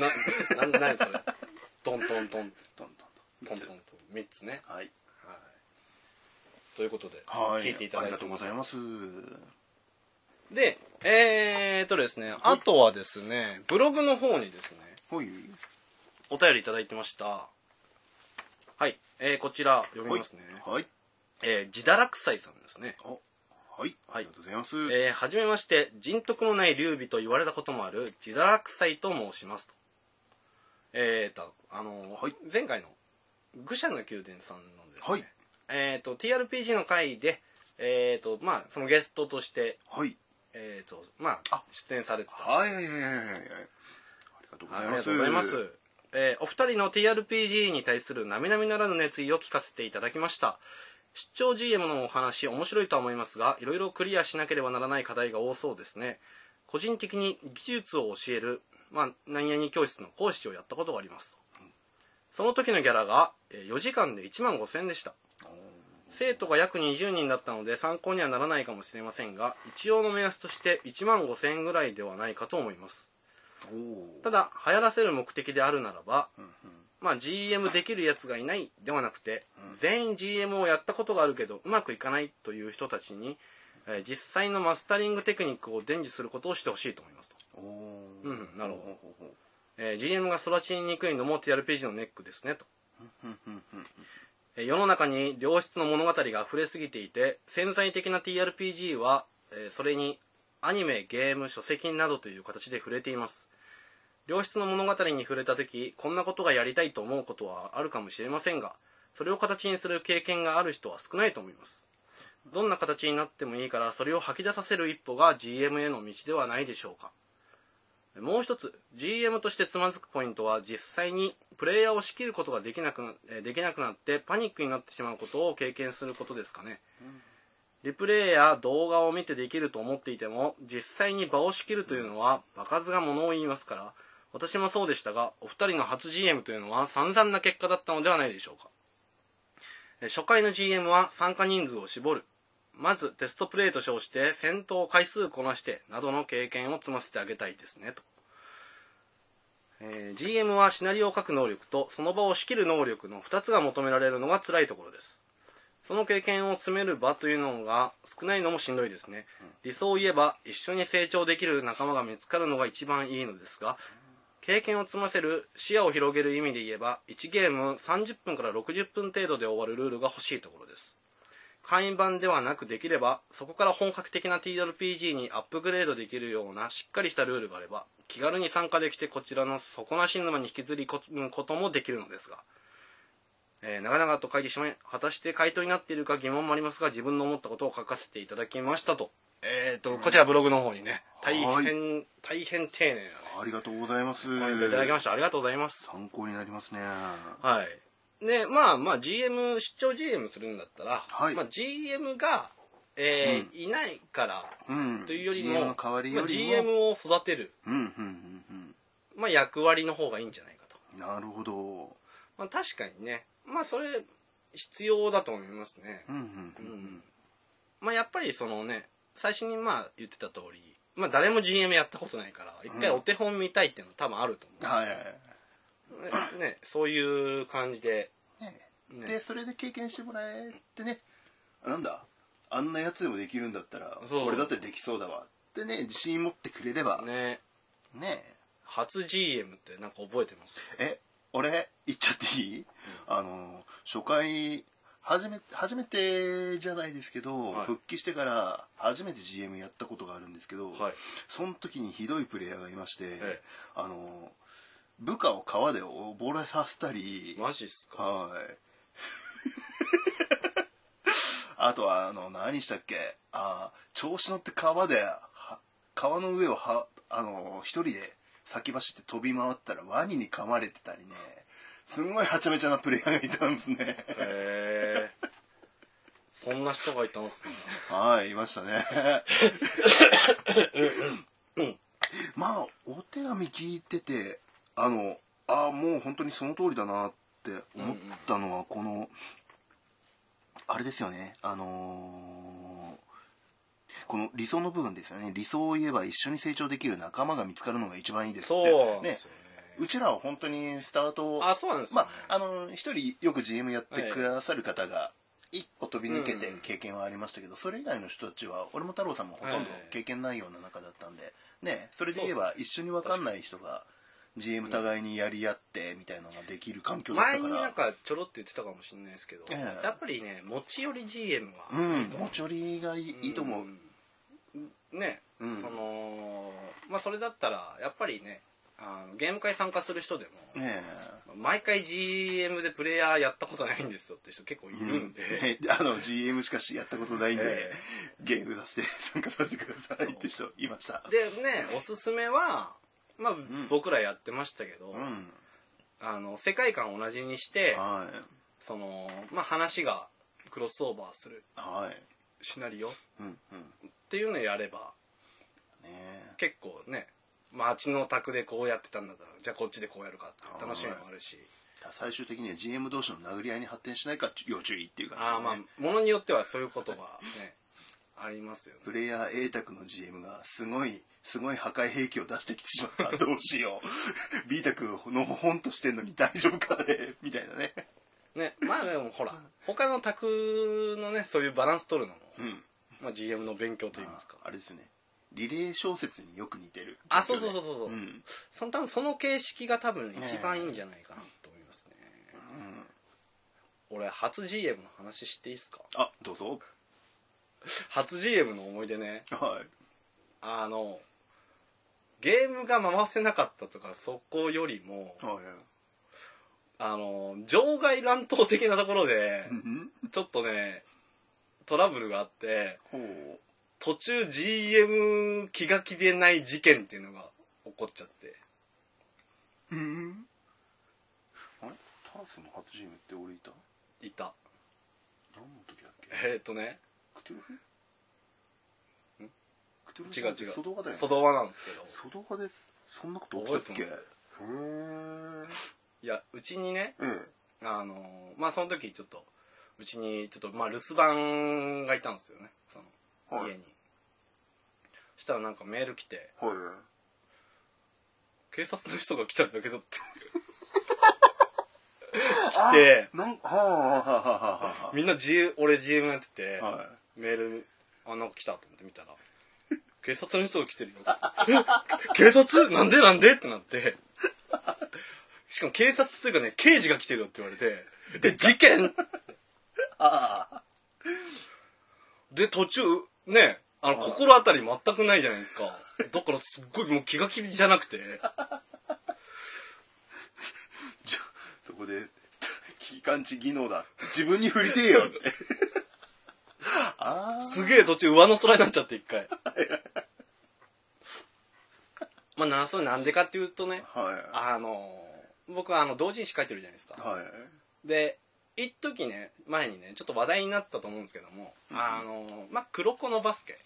Speaker 1: な何それトントントン
Speaker 2: どんどん
Speaker 1: ト
Speaker 2: ど
Speaker 1: ン
Speaker 2: ん
Speaker 1: トントン3つね、
Speaker 2: はい
Speaker 1: はい、ということで、
Speaker 2: はい
Speaker 1: 聞いていた
Speaker 2: あ
Speaker 1: だい
Speaker 2: りが
Speaker 1: て
Speaker 2: とうございます
Speaker 1: でえー、とですねあとはですねブログの方にですね
Speaker 2: ほい
Speaker 1: お便りいただいてましたはい、えー、こちら読みますね、
Speaker 2: はい
Speaker 1: えー、自堕落斎さんですね
Speaker 2: あはいありがとうございます、
Speaker 1: えー、はじめまして人徳のない劉備と言われたこともある自堕落斎と申しますとえーとあの、
Speaker 2: はい
Speaker 1: 前回の愚者の宮殿さんのですね、
Speaker 2: はい
Speaker 1: えーと TRPG の回でえーとまあそのゲストとして
Speaker 2: はい
Speaker 1: えーとまあ
Speaker 2: あ
Speaker 1: 出演されてた
Speaker 2: はいはいはいはいはいありがとうご
Speaker 1: あ
Speaker 2: ざい
Speaker 1: り
Speaker 2: ま
Speaker 1: が
Speaker 2: す
Speaker 1: とうございます。えーお二人の TRPG に対する並々ならぬ熱意を聞かせていただきました。出張 GM のお話面白いとは思いますが、いろいろクリアしなければならない課題が多そうですね。個人的に技術を教える、まあ、何々教室の講師をやったことがありますと。その時のギャラがえー4時間で1万5千でした。生徒が約20人だったので参考にはならないかもしれませんが、一応の目安として1万5千ぐらいではないかと思います。
Speaker 2: おー
Speaker 1: ただ流行らせる目的であるならば、
Speaker 2: うんうん
Speaker 1: まあ、GM できるやつがいないではなくて、全員 GM をやったことがあるけどうまくいかないという人たちに、えー実際のマスタリングテクニックを伝授することをしてほしいと思いますと、
Speaker 2: おー
Speaker 1: うんなるほど
Speaker 2: ほうほう
Speaker 1: えー GM が育ちにくいのも TRPG のネックですねと、
Speaker 2: ほううんうんうん
Speaker 1: えー世の中に良質の物語が溢れすぎていて潜在的な TRPG は、えーそれにアニメゲーム書籍などという形で触れています良質の物語に触れた時こんなことがやりたいと思うことはあるかもしれませんがそれを形にする経験がある人は少ないと思いますどんな形になってもいいからそれを吐き出させる一歩が GM への道ではないでしょうかもう一つ GM としてつまずくポイントは実際にプレイヤーを仕切ることができなくなえーできなくなってパニックになってしまうことを経験することですかねリプレイや動画を見てできると思っていても実際に場を仕切るというのは場数がものを言いますから私もそうでしたがお二人の初 GM というのは散々な結果だったのではないでしょうかえー初回の GM は参加人数を絞るまずテストプレイと称して戦闘回数こなしてなどの経験を積ませてあげたいですねとえー GM はシナリオを書く能力とその場を仕切る能力の2つが求められるのが辛いところですその経験を詰める場というのが少ないのもしんどいですね理想を言えば一緒に成長できる仲間が見つかるのが一番いいのですが経験を積ませる視野を広げる意味で言えば1ゲーム30分から60分程度で終わるルールが欲しいところです会員版ではなくできればそこから本格的な TRPG にアップグレードできるようなしっかりしたルールがあれば気軽に参加できてこちらの底なし沼に引きずり込むこともできるのですが、えー長々と書いてしまい果たして回答になっているか疑問もありますが自分の思ったことを書かせていただきましたと,、えー、とこちらブログの方にね大
Speaker 2: はい
Speaker 1: 変大変丁寧なね
Speaker 2: ありがとうございます
Speaker 1: コメントいただきましたありがとうございます
Speaker 2: 参考になりますね
Speaker 1: はい。で、まあまあ GM、出張 GM するんだったら、
Speaker 2: はい
Speaker 1: まあ GM が、えー
Speaker 2: う
Speaker 1: いないから
Speaker 2: うん
Speaker 1: というよりも、
Speaker 2: GM の代わりよりも、
Speaker 1: まあ GM を育てる、
Speaker 2: うんうんうん
Speaker 1: まあ、役割の方がいいんじゃないかと。
Speaker 2: うんなるほど
Speaker 1: まあ確かにね、まあそれ必要だと思いますね。
Speaker 2: うんうんう
Speaker 1: うんん。まあやっぱりそのね、最初にまあ言ってた通り、まあ誰も GM やったことないから、一回お手本見たいっていうのは多分あると
Speaker 2: はいはいはい
Speaker 1: 思う。ねね、そういう感じで、
Speaker 2: ね
Speaker 1: ね
Speaker 2: でそれで経験してもらえてねあなんだあんなやつでもできるんだったら
Speaker 1: そう
Speaker 2: 俺だってできそうだわってね自信持ってくれればね
Speaker 1: ね、初 GM ってなんか覚えてます
Speaker 2: え俺言っちゃっていい、あの初回初め初めてじゃないですけど、
Speaker 1: はい
Speaker 2: 復帰してから初めて GM やったことがあるんですけど、
Speaker 1: はい。
Speaker 2: その時にひどいプレイヤーがいまして、
Speaker 1: え
Speaker 2: あの部下を川で溺れさせたり、
Speaker 1: マジっすか
Speaker 2: はい (laughs) あとはあの何したっけあー調子乗って川では川の上をはあの一人で先走って飛び回ったらワニに噛まれてたりねすんごいはちゃめちゃなプレイヤーがいたんですね
Speaker 1: へ
Speaker 2: (laughs)
Speaker 1: え。そんな人がいたんすね。
Speaker 2: はいいましたねまあお手紙聞いててあのああもう本当にその通りだなって思ったのはこの、あれですよねあのーこの理想の部分ですよね理想を言えば一緒に成長できる仲間が見つかるのが一番いいですって
Speaker 1: そうなんで
Speaker 2: ね
Speaker 1: すよね。
Speaker 2: うちらは本当にスタート
Speaker 1: あ、そうなんですよ
Speaker 2: ま
Speaker 1: ね
Speaker 2: ああの一人よく GM やってくださる方が一歩飛び抜けて
Speaker 1: うん
Speaker 2: 経験はありましたけど、それ以外の人たちは俺も太郎さんもほとんど経験ないような中だったんで、ねそれで言えば一緒に分かんない人が GM 互いにやり合ってみたいなのができる環境だっ
Speaker 1: 前
Speaker 2: た
Speaker 1: に
Speaker 2: か
Speaker 1: なん
Speaker 2: ら。
Speaker 1: かちょろって言ってたかもしれないですけど、
Speaker 2: ええ
Speaker 1: やっぱりね持ち寄り GM は、
Speaker 2: うん、持ち寄りがいい,、いいと思う。
Speaker 1: うんね、
Speaker 2: うん
Speaker 1: そのまあそれだったらやっぱりねあのゲーム会参加する人でも、
Speaker 2: ね
Speaker 1: 毎回 GM でプレイヤーやったことないんですよって人結構い
Speaker 2: え。
Speaker 1: る
Speaker 2: (laughs)
Speaker 1: んで、
Speaker 2: ねあの GM しかしやったことないんで、
Speaker 1: え
Speaker 2: ゲーム出して参加させてくださいって人いました
Speaker 1: え。でねおすすめはまあ、
Speaker 2: ん
Speaker 1: 僕らやってましたけど、
Speaker 2: うん。
Speaker 1: あの世界観を同じにして
Speaker 2: はい。
Speaker 1: その、まあ、話がクロスオーバーする
Speaker 2: はい。
Speaker 1: シナリオっ
Speaker 2: うんうん。ね
Speaker 1: ていうのをやれば
Speaker 2: え。
Speaker 1: 結構ねまああっちの宅でこうやってたんだったらじゃあこっちでこうやるかっていう楽しみもあるし
Speaker 2: 最終的には GM 同士の殴り合いに発展しないか要注意っていう感じ、ね、
Speaker 1: ああまあものによってはそういうことがね (laughs) ありますよね
Speaker 2: プレイヤー A 卓の GM がすごい (laughs) すごい破壊兵器を出してきてしまったどうしよう (laughs) B 卓のほほんとしてんのに大丈夫かあれみたいなね
Speaker 1: ねまあでもほら他の宅のねそういうバランス取るのも、
Speaker 2: うん
Speaker 1: まあ、GM の勉強といいますか
Speaker 2: ああれですよねリレー小説によく似てる、
Speaker 1: あそうそうそうそうそううん
Speaker 2: うん
Speaker 1: その多分その形式が多分一番いいんじゃないかなと思いますね俺初 GM の話していいっすか
Speaker 2: あどうぞ
Speaker 1: 初 GM の思い出ね
Speaker 2: はい
Speaker 1: あのゲームが回せなかったとかそこよりも
Speaker 2: はい
Speaker 1: あの場外乱闘的なところで
Speaker 2: うん
Speaker 1: ちょっとねトラブルがあって
Speaker 2: ほう
Speaker 1: 途中 GM 気が気でない事件っていうのが起こっちゃって
Speaker 2: うんあれタラスの初 GM って俺いた
Speaker 1: いた
Speaker 2: 何の時だっけ
Speaker 1: えっ、とね
Speaker 2: クトゥルフ
Speaker 1: ん
Speaker 2: クトゥルフ
Speaker 1: 違う違う
Speaker 2: ソドガだよね
Speaker 1: ソドワなんですけど
Speaker 2: ソドガでそんなこと起きたっけへ
Speaker 1: 覚えて
Speaker 2: え
Speaker 1: いやうちにね
Speaker 2: うん
Speaker 1: あのまあその時ちょっとうちにちょっとまあ留守番がいたんですよねその
Speaker 2: はい
Speaker 1: 家に、そしたらなんかメール来て
Speaker 2: は
Speaker 1: 「警察の人が来たんだけど」
Speaker 2: (laughs)
Speaker 1: って
Speaker 2: い
Speaker 1: 来て
Speaker 2: あなんはあはあはあはあは
Speaker 1: みんな G 俺 GM やってて、
Speaker 2: あは
Speaker 1: メールにあなんか来たと思って見
Speaker 2: (laughs)
Speaker 1: たら「警察の人が来てるよ」 (laughs) え警察なんでなんで?」ってな
Speaker 2: (laughs)
Speaker 1: ってしかも警察というかね刑事が来てるよって言われてで事件
Speaker 2: いああ
Speaker 1: で途中ねあの
Speaker 2: はい
Speaker 1: 心当たり全くないじゃないです (laughs) かだからすっごいもう気が気じゃなくて
Speaker 2: じゃそこで (laughs) 危機感知技能だ自分に振りて
Speaker 1: (laughs)
Speaker 2: えよってああ
Speaker 1: すげえ途中上の空になっちゃって一回 (laughs) まあなそれなんでかっていうとね
Speaker 2: は
Speaker 1: あの僕はあの同人誌書いてるじゃないです
Speaker 2: い
Speaker 1: か
Speaker 2: はい
Speaker 1: で一時ね前にねちょっと話題になったと思うんですけども、
Speaker 2: ん
Speaker 1: あのまあ黒子のバスケ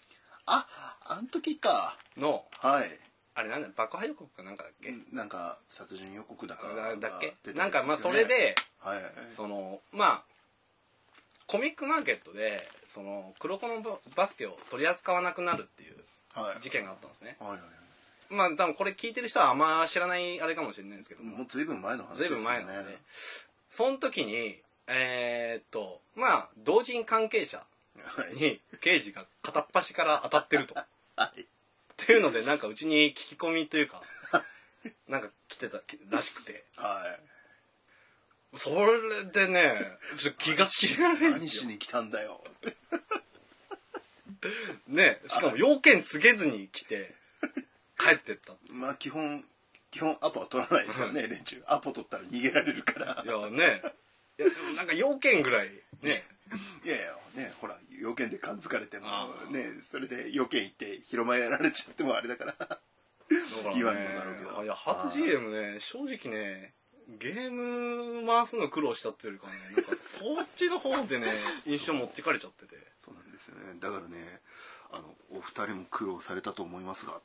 Speaker 2: ああん時か
Speaker 1: の
Speaker 2: はい
Speaker 1: あれなんだ爆破予告かなんかだっけ、
Speaker 2: なんか殺人予告だか
Speaker 1: だ
Speaker 2: ら
Speaker 1: だっけ
Speaker 2: 出て
Speaker 1: な
Speaker 2: た
Speaker 1: ん
Speaker 2: やつ
Speaker 1: かまあそ
Speaker 2: すよね
Speaker 1: れで、
Speaker 2: はい
Speaker 1: そのまあコミックマーケットでその黒子のバスケを取り扱わなくなるっていう
Speaker 2: はい
Speaker 1: 事件があったんですね
Speaker 2: はいはいはい
Speaker 1: まあ多分これ聞いてる人はあんま知らないあれかもしれないんですけども
Speaker 2: もう随分前の話
Speaker 1: ず
Speaker 2: で
Speaker 1: い
Speaker 2: す
Speaker 1: ぶん
Speaker 2: よね
Speaker 1: 前なのでその時にえーっとまあ同人関係者
Speaker 2: はい
Speaker 1: に刑事が片っ端から当たってるとっ
Speaker 2: (laughs) はい
Speaker 1: ていうのでなんかうちに聞き込みというかなんか来てたらしくて
Speaker 2: は
Speaker 1: それでねちょっと気が知らないいんで
Speaker 2: 何
Speaker 1: す
Speaker 2: し
Speaker 1: よ
Speaker 2: に来たんだよ
Speaker 1: ねしかも要件告げずに来て帰ってった
Speaker 2: まあ基本基本アポは取らないですからね連中アポ取ったら逃げられるから
Speaker 1: いやねいやでもなんか要件ぐらいね
Speaker 2: いやいやねほら要件で感づかれても
Speaker 1: ああ
Speaker 2: ねそれで要件行って広まやられちゃってもあれだから
Speaker 1: だか
Speaker 2: 今に
Speaker 1: ら
Speaker 2: も
Speaker 1: ね
Speaker 2: なるけど
Speaker 1: あいや初 GM ね正直ねゲーム回すの苦労したっていうよりかはねなんかそっちの方
Speaker 2: (laughs)
Speaker 1: でね印象持ってかれちゃってて
Speaker 2: そうなんですよねだからねあのお二人も苦労されたと思いますが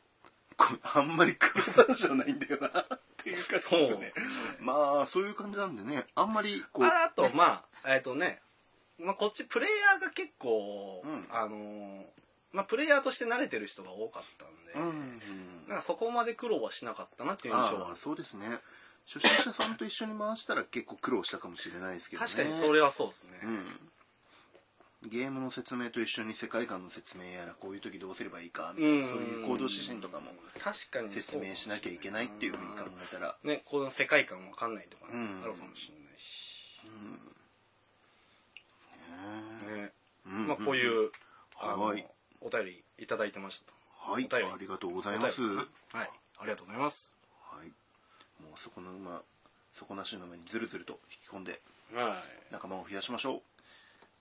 Speaker 2: これあんまり苦労話じゃないんだよなっていう感じです
Speaker 1: そう
Speaker 2: ね
Speaker 1: ですね
Speaker 2: まあそういう感じなんでねあんまりこう
Speaker 1: あと、
Speaker 2: ね
Speaker 1: まあえっ、とね、まあ、こっちプレイヤーが結構、
Speaker 2: うん
Speaker 1: あのーまあ、プレイヤーとして慣れてる人が多かった
Speaker 2: うん
Speaker 1: で、
Speaker 2: ん
Speaker 1: なんかそこまで苦労はしなかったなっていう印象
Speaker 2: あ
Speaker 1: は
Speaker 2: あそうですね初心者さんと一緒に回したら結構苦労したかもしれないですけどね
Speaker 1: 確かにそれはそうですね、
Speaker 2: うんゲームの説明と一緒に世界観の説明やらこういう時どうすればいいかみたいなそういう行動指針とかも
Speaker 1: 確かに
Speaker 2: 説明しなきゃいけないっていうふうに考えたら
Speaker 1: ねこの世界観わかんないとかね、
Speaker 2: うん
Speaker 1: あるかもしれないし、
Speaker 2: ね
Speaker 1: ね
Speaker 2: えん
Speaker 1: まあこういう、あの
Speaker 2: はい
Speaker 1: お便りいただいてました
Speaker 2: はい
Speaker 1: お便り
Speaker 2: ありがとうございます
Speaker 1: お
Speaker 2: は
Speaker 1: 便りはいありがとうございます
Speaker 2: いもうそこの馬底なしの馬にずるずると引き込んで
Speaker 1: は
Speaker 2: 仲間を増やしましょ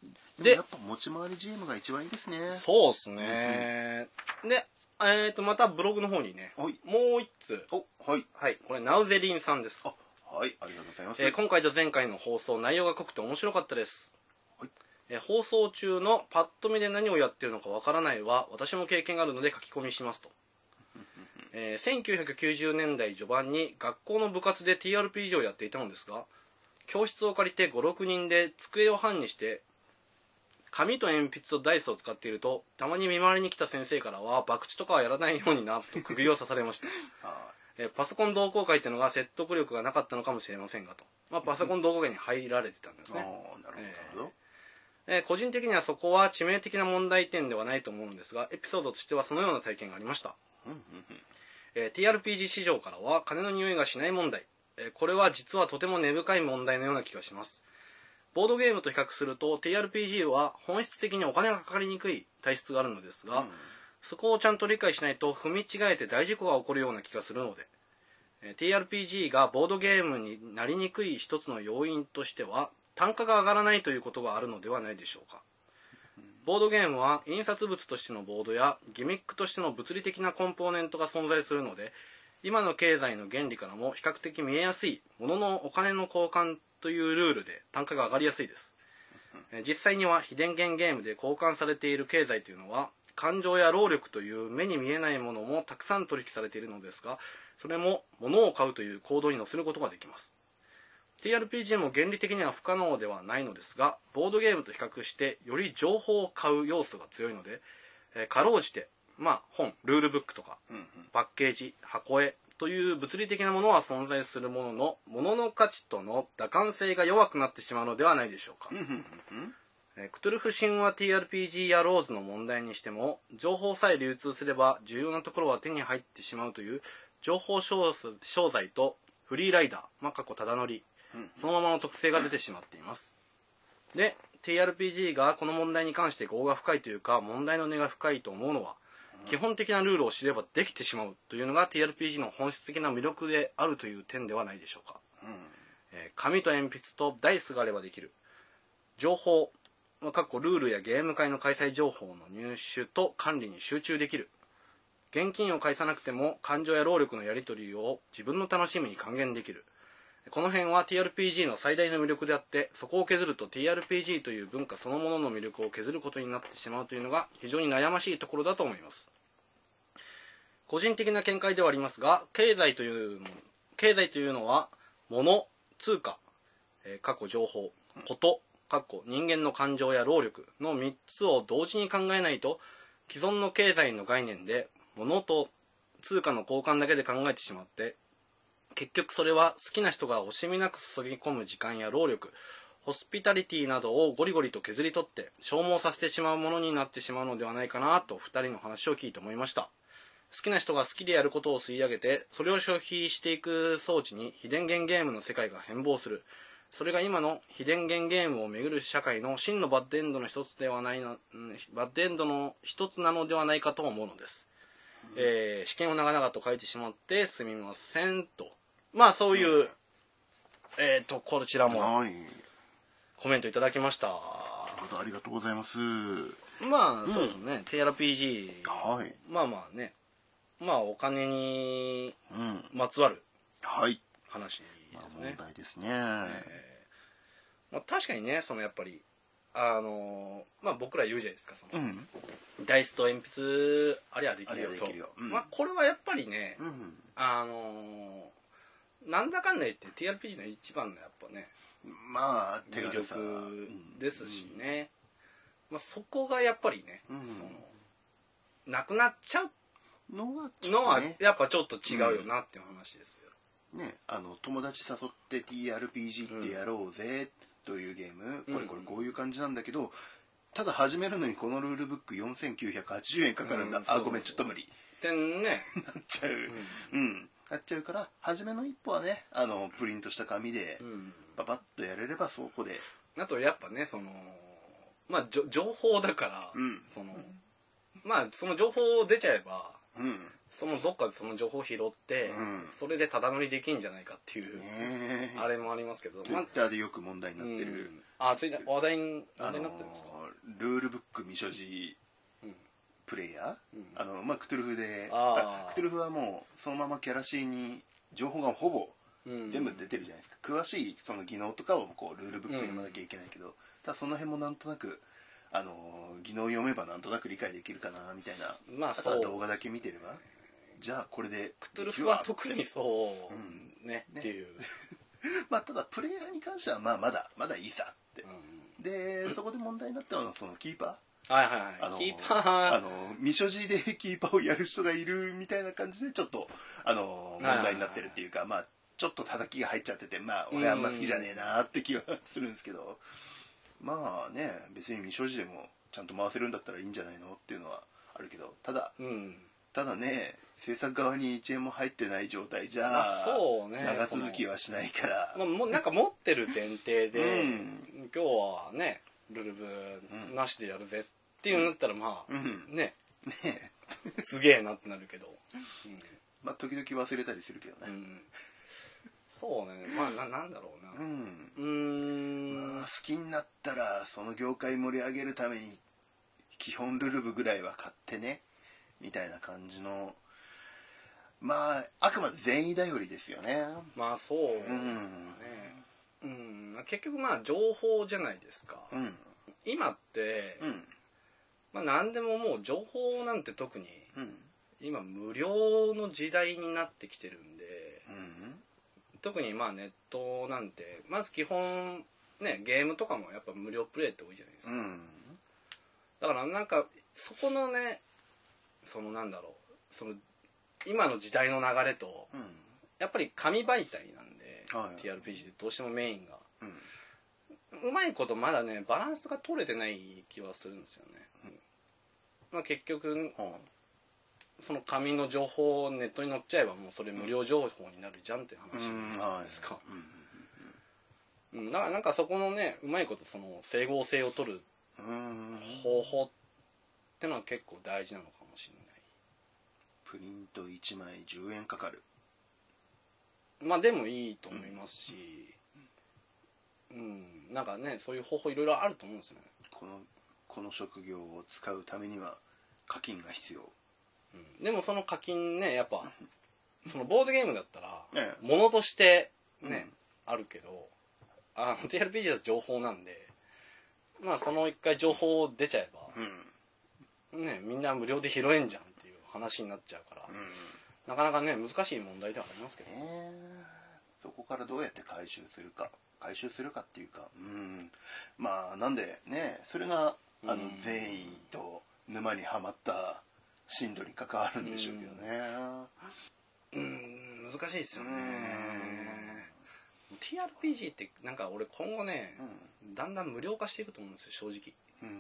Speaker 2: う
Speaker 1: で
Speaker 2: でもやっぱ持ち回り GM が一番いいですね
Speaker 1: いそうですね、でえっ、とまたブログの方にね
Speaker 2: はい
Speaker 1: もう一通
Speaker 2: おはい
Speaker 1: はいこれナウゼリンさんです
Speaker 2: あはいありがとうございます、
Speaker 1: えー今回と前回の放送内容が濃くて面白かったです、
Speaker 2: はい
Speaker 1: えー放送中のパッと見で何をやってるのかわからないは私も経験があるので書き込みしますと、えー1990年代序盤に学校の部活で TRPG をやっていたのですが教室を借りて56人で机を班にして紙と鉛筆とダイスを使っているとたまに見回りに来た先生からは博打とかはやらないようになと釘を刺されました
Speaker 2: あ
Speaker 1: えーパソコン同好会っていうのが説得力がなかったのかもしれませんがと、まあ、パソコン同好会に入られてたんです
Speaker 2: あーなる
Speaker 1: ね、
Speaker 2: ほどなるほど、
Speaker 1: えー個人的にはそこは致命的な問題点ではないと思うんですがエピソードとしてはそのような体験がありました、
Speaker 2: うんうんうん
Speaker 1: えー TRPG 市場からは金の匂いがしない問題、えーこれは実はとても根深い問題のような気がしますボードゲームと比較すると TRPG は本質的にお金がかかりにくい体質があるのですが、
Speaker 2: うん
Speaker 1: そこをちゃんと理解しないと踏み違えて大事故が起こるような気がするので、えー TRPG がボードゲームになりにくい一つの要因としては、単価が上がらないということがあるのではないでしょうか。ボードゲームは印刷物としてのボードやギミックとしての物理的なコンポーネントが存在するので、今の経済の原理からも比較的見えやすいもののお金の交換というルールで単価が上がりやすいです。えー実際には非電源ゲームで交換されている経済というのは感情や労力という目に見えないものもたくさん取引されているのですがそれも物を買うという行動に乗せることができます TRPG も原理的には不可能ではないのですがボードゲームと比較してより情報を買う要素が強いので、えーかろうじてまあ本ルールブックとか
Speaker 2: うんうん
Speaker 1: パッケージ箱絵という物理的なものは存在するものの物の価値との打感性が弱くなってしまうのではないでしょうか、
Speaker 2: うんうんうんうん
Speaker 1: えークトゥルフ神話 TRPG やローズの問題にしても情報さえ流通すれば重要なところは手に入ってしまうという情報商商材とフリーライダー、まあ、過去ただ乗り
Speaker 2: うん
Speaker 1: そのままの特性が出てしまっていますで TRPG がこの問題に関して業が深いというか問題の根が深いと思うのは基本的なルールを知ればできてしまうというのが TRPG の本質的な魅力であるという点ではないでしょうか
Speaker 2: うん
Speaker 1: えー紙と鉛筆とダイスがあればできる情報まあかっこルールやゲーム会の開催情報の入手と管理に集中できる現金を返さなくても感情や労力のやり取りを自分の楽しみに還元できるこの辺は TRPG の最大の魅力であってそこを削ると TRPG という文化そのものの魅力を削ることになってしまうというのが非常に悩ましいところだと思います個人的な見解ではありますが経済というもの経済というのは物通貨、えー、過去情報こと過去人間の感情や労力の3つを同時に考えないと既存の経済の概念で物と通貨の交換だけで考えてしまって結局それは好きな人が惜しみなく注ぎ込む時間や労力ホスピタリティなどをゴリゴリと削り取って消耗させてしまうものになってしまうのではないかなと2人の話を聞いて思いました好きな人が好きでやることを吸い上げてそれを消費していく装置に非電源ゲームの世界が変貌するそれが今の非電源ゲームをめぐる社会の真のバッドエンドの一つではないなうんバッドエンドの一つなのではないかと思うのです、えー試験を長々と書いてしまってすみませんとまあそういう、えっ、とこちらも
Speaker 2: はい
Speaker 1: コメントいただきました
Speaker 2: なるほどありがとうございます
Speaker 1: まあそうですね、TRPG
Speaker 2: はい
Speaker 1: まあまあねまあお金に
Speaker 2: うん
Speaker 1: まつわる
Speaker 2: はい、
Speaker 1: 話で
Speaker 2: まあ、
Speaker 1: すね
Speaker 2: 問。題ですね
Speaker 1: えーまあ、確かにね、そのやっぱり、あのーまあ僕ら言うじゃないですか、その、
Speaker 2: ん
Speaker 1: ダイスと鉛筆、あれはできるよ
Speaker 2: あれは
Speaker 1: と。
Speaker 2: できるようん
Speaker 1: まあこれはやっぱりね、
Speaker 2: うん
Speaker 1: あのーなんだかんだ言って TRPG の一番のやっぱね、
Speaker 2: まあ手
Speaker 1: 魅
Speaker 2: 軽さ
Speaker 1: 力ですしね。まあそこがやっぱりね、
Speaker 2: うん
Speaker 1: その、なくなっちゃう
Speaker 2: うんのはちょっ
Speaker 1: の
Speaker 2: と
Speaker 1: は
Speaker 2: ね
Speaker 1: やっぱちょっと違うよなっていう話ですよ。
Speaker 2: ねあの友達誘って TRPG ってやろうぜというゲーム、
Speaker 1: うん
Speaker 2: これこれこういう感じなんだけどただ始めるのにこのルールブック4980円かかるんだ、
Speaker 1: うん
Speaker 2: あ
Speaker 1: そう
Speaker 2: ごめんちょっと無理
Speaker 1: てんね
Speaker 2: なっちゃううん、なっちゃうから初めの一歩はねあのプリントした紙で
Speaker 1: うん
Speaker 2: パパッとやれればそこで
Speaker 1: あとやっぱねそのまあじょ情報だから、
Speaker 2: うん
Speaker 1: そのまあその情報出ちゃえば
Speaker 2: うん
Speaker 1: そのどっかでその情報拾って、
Speaker 2: うん
Speaker 1: それでただ乗りできんじゃないかっていう、
Speaker 2: ねえ
Speaker 1: あれもありますけど、まあ
Speaker 2: Twitter でよく問題に
Speaker 1: う
Speaker 2: なってる、
Speaker 1: ん、あついで話題に
Speaker 2: あ
Speaker 1: 話題
Speaker 2: の
Speaker 1: になってるんですか、
Speaker 2: ルールブック未所持
Speaker 1: うん
Speaker 2: プレイヤー、
Speaker 1: うん
Speaker 2: あのまあ、クトゥルフで
Speaker 1: あー
Speaker 2: あクトゥルフはもうそのままキャラシーに情報がほぼ
Speaker 1: うん
Speaker 2: 全部出てるじゃないですか、詳しいその技能とかをこうルールブックに読まなきゃいけないけど、ただその辺もなんとなくあのー技能読めばなんとなく理解できるかなみたいな、
Speaker 1: まあ
Speaker 2: とは
Speaker 1: そう
Speaker 2: 動画だけ見てればじゃあこれでク
Speaker 1: トゥルフは特にそう、
Speaker 2: う
Speaker 1: ね
Speaker 2: ね
Speaker 1: っていう、
Speaker 2: まあただプレイヤーに関してはまあまだまだいいさって
Speaker 1: うん、
Speaker 2: でそこで問題になったのはそのキーパー
Speaker 1: はいはい
Speaker 2: あ
Speaker 1: は
Speaker 2: の
Speaker 1: いキーパー
Speaker 2: あの未所持で (laughs) キーパーをやる人がいるみたいな感じでちょっとあの問題になってるっていうか、まあちょっと叩きが入っちゃっててまあ俺あんま好きじゃねえなって気はするんですけど、まあね別に未所持でもちゃんと回せるんだったらいいんじゃないのっていうのはあるけどただ
Speaker 1: うん
Speaker 2: ただね制作側に1円も入ってない状態じゃ、
Speaker 1: まあそうね
Speaker 2: 長続きはしないから、
Speaker 1: まあ、もうなんか持ってる前提で、
Speaker 2: うん
Speaker 1: 今日はねルルブなしでやるぜっていうんだったらまあ、
Speaker 2: うん
Speaker 1: ね
Speaker 2: ね
Speaker 1: すげえなってなるけど、
Speaker 2: まあ時々忘れたりするけど
Speaker 1: うんう
Speaker 2: ね
Speaker 1: ん、そうねまあななんだろうな
Speaker 2: うん、
Speaker 1: うー
Speaker 2: まあ
Speaker 1: ん
Speaker 2: 好きになったらその業界盛り上げるために基本ルルブぐらいは買ってねみたいな感じのまああくまで善意頼りですよね
Speaker 1: まあそうね
Speaker 2: うん
Speaker 1: うん結局まあ情報じゃないですか、
Speaker 2: うん
Speaker 1: 今って、
Speaker 2: うん
Speaker 1: まあ、何でももう情報なんて特に
Speaker 2: うん
Speaker 1: 今無料の時代になってきてるんで
Speaker 2: うん
Speaker 1: 特にまあネットなんてまず基本ねゲームとかもやっぱ無料プレイって多いじゃないです
Speaker 2: う
Speaker 1: か、
Speaker 2: ん
Speaker 1: だからなんかそこのねそのなんだろうその今の時代の流れと
Speaker 2: うん
Speaker 1: やっぱり紙媒体なんで、
Speaker 2: はい
Speaker 1: TRPG でどうしてもメインが
Speaker 2: うん
Speaker 1: うまいことまだねバランスが取れてない気はするんですよね、まあ、結局
Speaker 2: ほ
Speaker 1: その紙の情報をネットに載っちゃえばもうそれ無料情報になるじゃんって
Speaker 2: う
Speaker 1: 話じゃないですか、
Speaker 2: うん
Speaker 1: うん、だからなんかそこのねうまいことその整合性を取る
Speaker 2: うん
Speaker 1: 方法ってのは結構大事なのかもしれな
Speaker 2: プリント1枚10円かかる
Speaker 1: いまあでもいいと思いますしうんなんかねそういう方法いろいろあると思うんですよね
Speaker 2: このこの職業を使うためには課金が必要
Speaker 1: うんでもその課金ねやっぱそのボードゲームだったら
Speaker 2: ええ
Speaker 1: ものとしてね、あるけどあの TRPG は情報なんでまあその一回情報出ちゃえ
Speaker 2: うん
Speaker 1: ばねみんな無料で拾えんじゃんっていう話になっちゃうから、
Speaker 2: うん
Speaker 1: なかなかね難しい問題ではありますけど、
Speaker 2: ねそこからどうやって回収するか回収するかっていうかうんまあなんでねそれがあの
Speaker 1: うん
Speaker 2: 善意と沼にはまった進度に関わるんでしょうけどね
Speaker 1: うん難しいですよね TRPG ってなんか俺今後ね、だんだん無料化していくと思うんですよ正直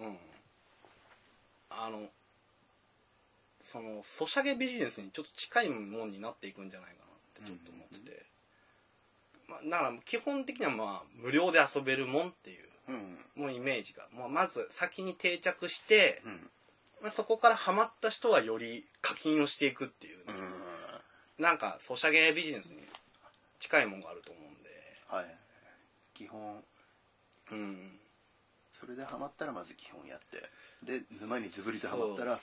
Speaker 2: うんうん
Speaker 1: うんあのそのソシャゲビジネスにちょっと近いもんになっていくんじゃないかなってちょっと思ってて、まあ、だから基本的にはまあ無料で遊べるもんっていう
Speaker 2: うん
Speaker 1: もうイメージが、まあ、まず先に定着して
Speaker 2: う、ん
Speaker 1: まあそこからハマった人はより課金をしていくっていうね、
Speaker 2: うん
Speaker 1: なんかソシャゲビジネスに近いもんがあると思うんで
Speaker 2: はい基本
Speaker 1: うん
Speaker 2: それでハマったらまず基本やってで沼にズブリとハマったら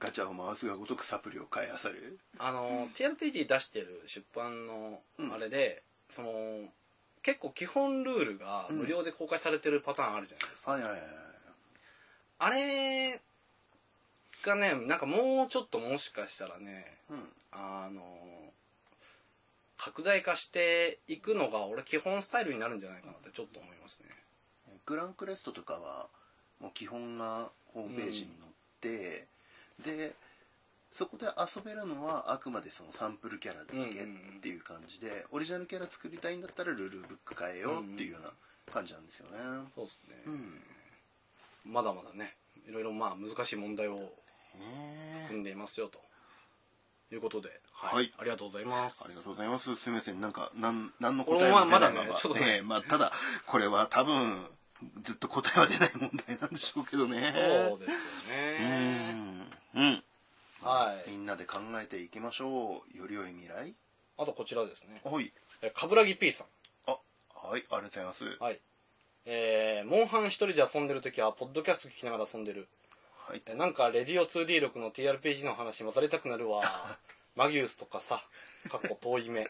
Speaker 2: ガチャを回すがごとくサプリを買いあさる
Speaker 1: あの、TRPG 出してる出版の
Speaker 2: うん
Speaker 1: あれで、その結構基本ルールが無料で公開されてるパターンあるじゃないですか、
Speaker 2: はいはいはいはい
Speaker 1: あれがねなんかもうちょっともしかしたらね
Speaker 2: うん
Speaker 1: あの拡大化していくのが俺基本スタイルになるんじゃないかなってちょっと思いますね
Speaker 2: グランクレストとかはもう基本がホームページに載って、でそこで遊べるのはあくまでそのサンプルキャラだ
Speaker 1: うんうん
Speaker 2: けっ
Speaker 1: うん
Speaker 2: ていう感じで、オリジナルキャラ作りたいんだったらルールブック変えようっていうような感じなんですよね
Speaker 1: そうですね、
Speaker 2: うん
Speaker 1: まだまだねいろいろまあ難しい問題を
Speaker 2: え
Speaker 1: 組んでいますよということで、
Speaker 2: はい
Speaker 1: ありがとうございます
Speaker 2: ありがとうございます。すみません。なんか、なん、なんの答
Speaker 1: 俺
Speaker 2: え
Speaker 1: もま
Speaker 2: も
Speaker 1: あ
Speaker 2: 出な
Speaker 1: まだ
Speaker 2: いま
Speaker 1: ね
Speaker 2: ま。
Speaker 1: ちょっとね
Speaker 2: ねえまあ、ただ、これは多分、ずっと答えは出ない問題なんでしょうけどね。
Speaker 1: そうですよ
Speaker 2: う
Speaker 1: ね
Speaker 2: ん。うん。
Speaker 1: はい
Speaker 2: みんなで考えていきましょう。より良い未来
Speaker 1: あとこちらですね
Speaker 2: はい。
Speaker 1: カブラギ P さん
Speaker 2: あ、はい、ありがとうございます。
Speaker 1: はいえー、モンハン一人で遊んでる時はポッドキャスト聞きながら遊んでる
Speaker 2: はい。
Speaker 1: えなんかレディオ 2D6 の TRPG の話混ざりたくなるわマギウスとかさかっこ遠い目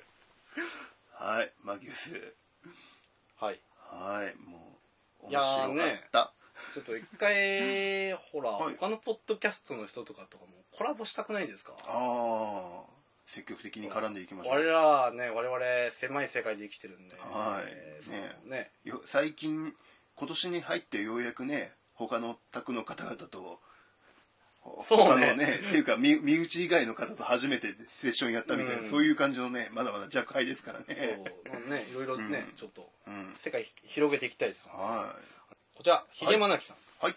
Speaker 2: はい、マギウス。
Speaker 1: はい
Speaker 2: はい、もう、
Speaker 1: いや
Speaker 2: 面白
Speaker 1: ー
Speaker 2: かった。
Speaker 1: ちょっと一回ほら、
Speaker 2: はい
Speaker 1: 他のポッドキャストの人とかとかもコラボしたくないですか
Speaker 2: ああ、積極的に絡んでいきましょ
Speaker 1: 我
Speaker 2: う。
Speaker 1: らね我々狭い世界で生きてるんで
Speaker 2: はい
Speaker 1: えー
Speaker 2: ね
Speaker 1: そのね
Speaker 2: よ最近、今年に入ってようやくね、他の宅の方々と、
Speaker 1: そうね
Speaker 2: 他のね、っていうか身、身内以外の方と初めてセッションやったみたいな、
Speaker 1: うん
Speaker 2: そういう感じのね、まだまだ若輩ですからね。
Speaker 1: そうまあねいろいろね、
Speaker 2: うん
Speaker 1: ちょっと
Speaker 2: うん。
Speaker 1: 世界ひ広げていきたいです
Speaker 2: は
Speaker 1: こちらひげまなきさん、
Speaker 2: い。はい。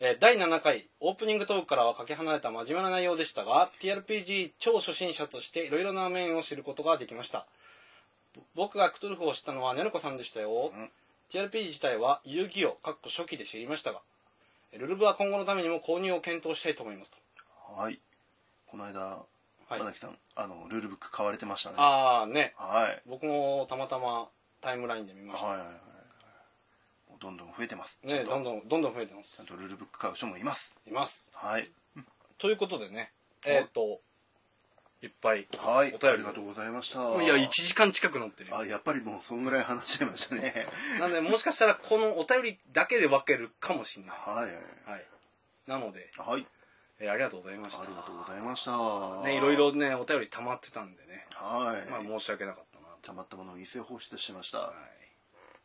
Speaker 1: えー第7回オープニングトークからはかけ離れた真面目な内容でしたが TRPG 超初心者としていろいろな面を知ることができましたぼ僕がクトゥルフを知ったのはねるこさんでしたよ、
Speaker 2: うん
Speaker 1: TRPG 自体は遊戯王かっこ初期で知りましたがルルブは今後のためにも購入を検討したいと思います
Speaker 2: はい。この間、
Speaker 1: と、はい
Speaker 2: まなきさん、あの、ルールブック買われてましたね。はい。
Speaker 1: ああね
Speaker 2: はい
Speaker 1: 僕もたまたまタイムラインで見ました、
Speaker 2: はいはいはい。もうどんどん増えてます。ちゃ
Speaker 1: ね
Speaker 2: んと
Speaker 1: どんどんどんどん増えてま
Speaker 2: ちゃ
Speaker 1: す
Speaker 2: んとルールブック買う人もいます。
Speaker 1: います
Speaker 2: はい。
Speaker 1: ということでね
Speaker 2: はい
Speaker 1: えっ、といっぱい
Speaker 2: はい。
Speaker 1: お便り
Speaker 2: ありがとうございました。
Speaker 1: いや1時間近くなってるよ
Speaker 2: あ、やっぱりもうそんぐらい話しちゃいましたね。
Speaker 1: なのでもしかしたらこのお便りだけで分けるかもしれない、
Speaker 2: はい。
Speaker 1: はい、なので、
Speaker 2: はい。
Speaker 1: えーありがとうございました
Speaker 2: ありがとうございました。
Speaker 1: ねいろい。ろねお便り溜まってたんでね、
Speaker 2: はい。
Speaker 1: まあ、申し訳なかったな
Speaker 2: たまったものを犠牲放出しまし
Speaker 1: と、
Speaker 2: た。
Speaker 1: は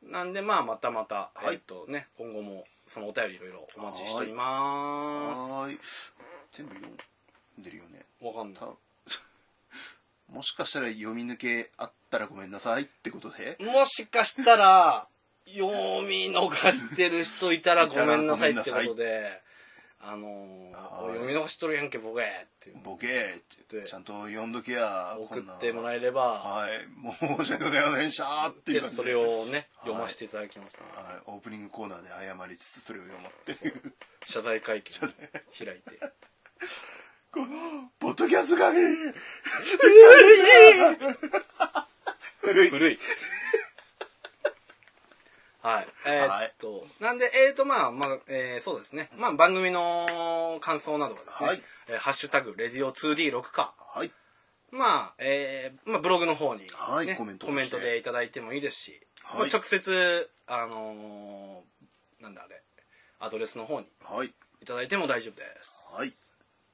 Speaker 1: い、なんでまあまたまた、
Speaker 2: は
Speaker 1: え
Speaker 2: い
Speaker 1: っとね今後もそのお便りいろいろお待ちしていま
Speaker 2: はーい。全部読んでるよね。
Speaker 1: すわかんな
Speaker 2: た (laughs) もしかしたら読み抜けあったらごめんなさいってことで。
Speaker 1: いもしかしたら読み逃してる人 (laughs) いたらごめんなさいってことであのー
Speaker 2: はい
Speaker 1: 読み逃しとるやんけボケっていう
Speaker 2: ボケーって
Speaker 1: で
Speaker 2: ちゃんと読んどけや。
Speaker 1: 送
Speaker 2: こんな
Speaker 1: ってもらえれば
Speaker 2: はい。もう申し訳ございませんでしたってい
Speaker 1: で
Speaker 2: う感じ
Speaker 1: そ
Speaker 2: で。
Speaker 1: れをね
Speaker 2: はい
Speaker 1: 読ませていただきますので、
Speaker 2: はい、オープニングコーナーで謝りつつそれを読もうっていう
Speaker 1: 謝罪会見を (laughs) 開いて
Speaker 2: このポッドキャストが古い
Speaker 1: 古 (laughs) いはいえーっと、なんでえーっとまあまあ、えーそうですねまあ番組の感想などはですね「
Speaker 2: はい
Speaker 1: えーハッシュタグレディオ 2D6 か」
Speaker 2: はい
Speaker 1: まあ、えーまあ、ブログの方に、ね
Speaker 2: はいコメントをして
Speaker 1: でいただいてもいいですし、
Speaker 2: はい
Speaker 1: まあ直接あのーなんだあれアドレスの方に
Speaker 2: はい
Speaker 1: いただいても大丈夫です
Speaker 2: はい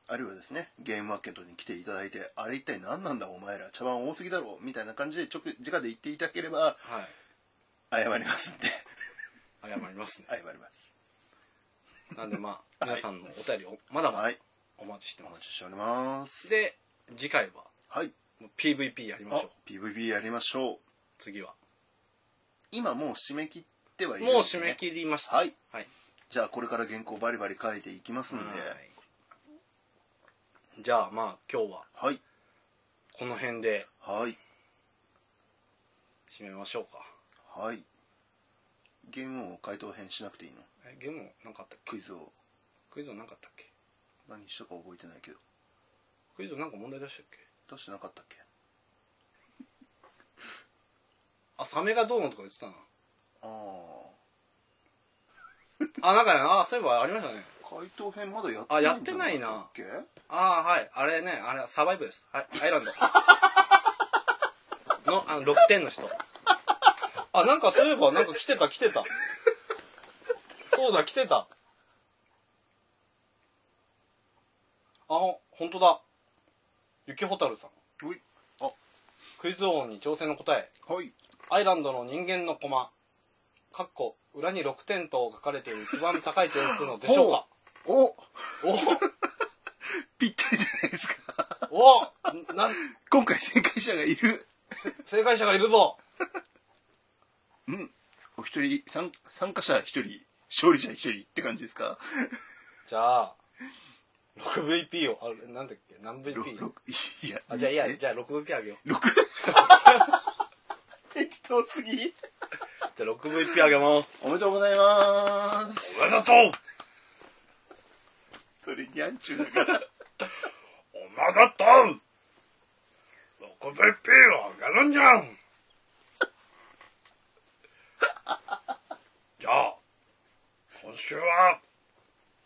Speaker 2: あるいはですねゲームマーケットに来ていただいてあれ一体何なんだお前ら茶番多すぎだろみたいな感じで直直で言っていただけれ
Speaker 1: は
Speaker 2: ば
Speaker 1: い
Speaker 2: 謝りますんで
Speaker 1: 謝りますね
Speaker 2: 謝ります
Speaker 1: なんでまあ皆さんのお便りをまだま
Speaker 2: は
Speaker 1: だ
Speaker 2: い
Speaker 1: お待ちして
Speaker 2: お
Speaker 1: ま
Speaker 2: 待
Speaker 1: す
Speaker 2: ちしております
Speaker 1: で次回は
Speaker 2: はい
Speaker 1: もう PVP やりまし
Speaker 2: あ
Speaker 1: ょう
Speaker 2: PVP やりましょう
Speaker 1: 次は
Speaker 2: 今もう締め切ってはいるん
Speaker 1: もう
Speaker 2: です
Speaker 1: 締
Speaker 2: ね
Speaker 1: め切りました
Speaker 2: はい
Speaker 1: はい
Speaker 2: じゃあこれから原稿バリバリ書いていきますんで
Speaker 1: はいじゃあまあ今日は
Speaker 2: はい
Speaker 1: この辺で
Speaker 2: はい
Speaker 1: 締めましょうか
Speaker 2: はいゲームを回答編しなくていいの
Speaker 1: えゲームなんかあったっけ
Speaker 2: クイズを
Speaker 1: クイズはなんかあったっけ
Speaker 2: 何したか覚えてないけど
Speaker 1: クイズなんか問題出したっけ
Speaker 2: 出してなかったっけ
Speaker 1: あサメがどうのとか言ってたな
Speaker 2: あ
Speaker 1: あなんかねあそういえばありましたね
Speaker 2: あ回答編まだやって
Speaker 1: あ
Speaker 2: ない
Speaker 1: やっ
Speaker 2: ん
Speaker 1: て
Speaker 2: じゃ
Speaker 1: な
Speaker 2: ないい
Speaker 1: な
Speaker 2: なかったっけ
Speaker 1: ああはいあれねあれサバイブですはいアイランド (laughs) のあの6点の人あなんかそういえばなんか来てた来てたそうだ来てたあ本当だ雪ホタルさん
Speaker 2: ほいあ
Speaker 1: クイズ王に挑戦の答え
Speaker 2: はい
Speaker 1: アイランドの人間の駒かっこ裏に6点と書かれている一番高い点数のでしょうか
Speaker 2: お
Speaker 1: お
Speaker 2: ぴったりじゃないですか (laughs)
Speaker 1: おなん
Speaker 2: 今回正解者がいる
Speaker 1: 正解者がいるぞ
Speaker 2: うんお一人参参加者一人勝利者一人って感じですか
Speaker 1: じゃあ 6VP をあれなんだっけ何
Speaker 2: ろ
Speaker 1: VP?
Speaker 2: ろいや
Speaker 1: あじゃあいや
Speaker 2: え
Speaker 1: じゃあ 6VP あげよう
Speaker 2: 六適当すぎ
Speaker 1: じゃあ 6VP あげます
Speaker 2: おめでとうございます
Speaker 1: おめでとう
Speaker 2: それにゃんちゅうだから
Speaker 1: おめでとう !6VP をあげるんじゃん (laughs) じゃあ、今週は、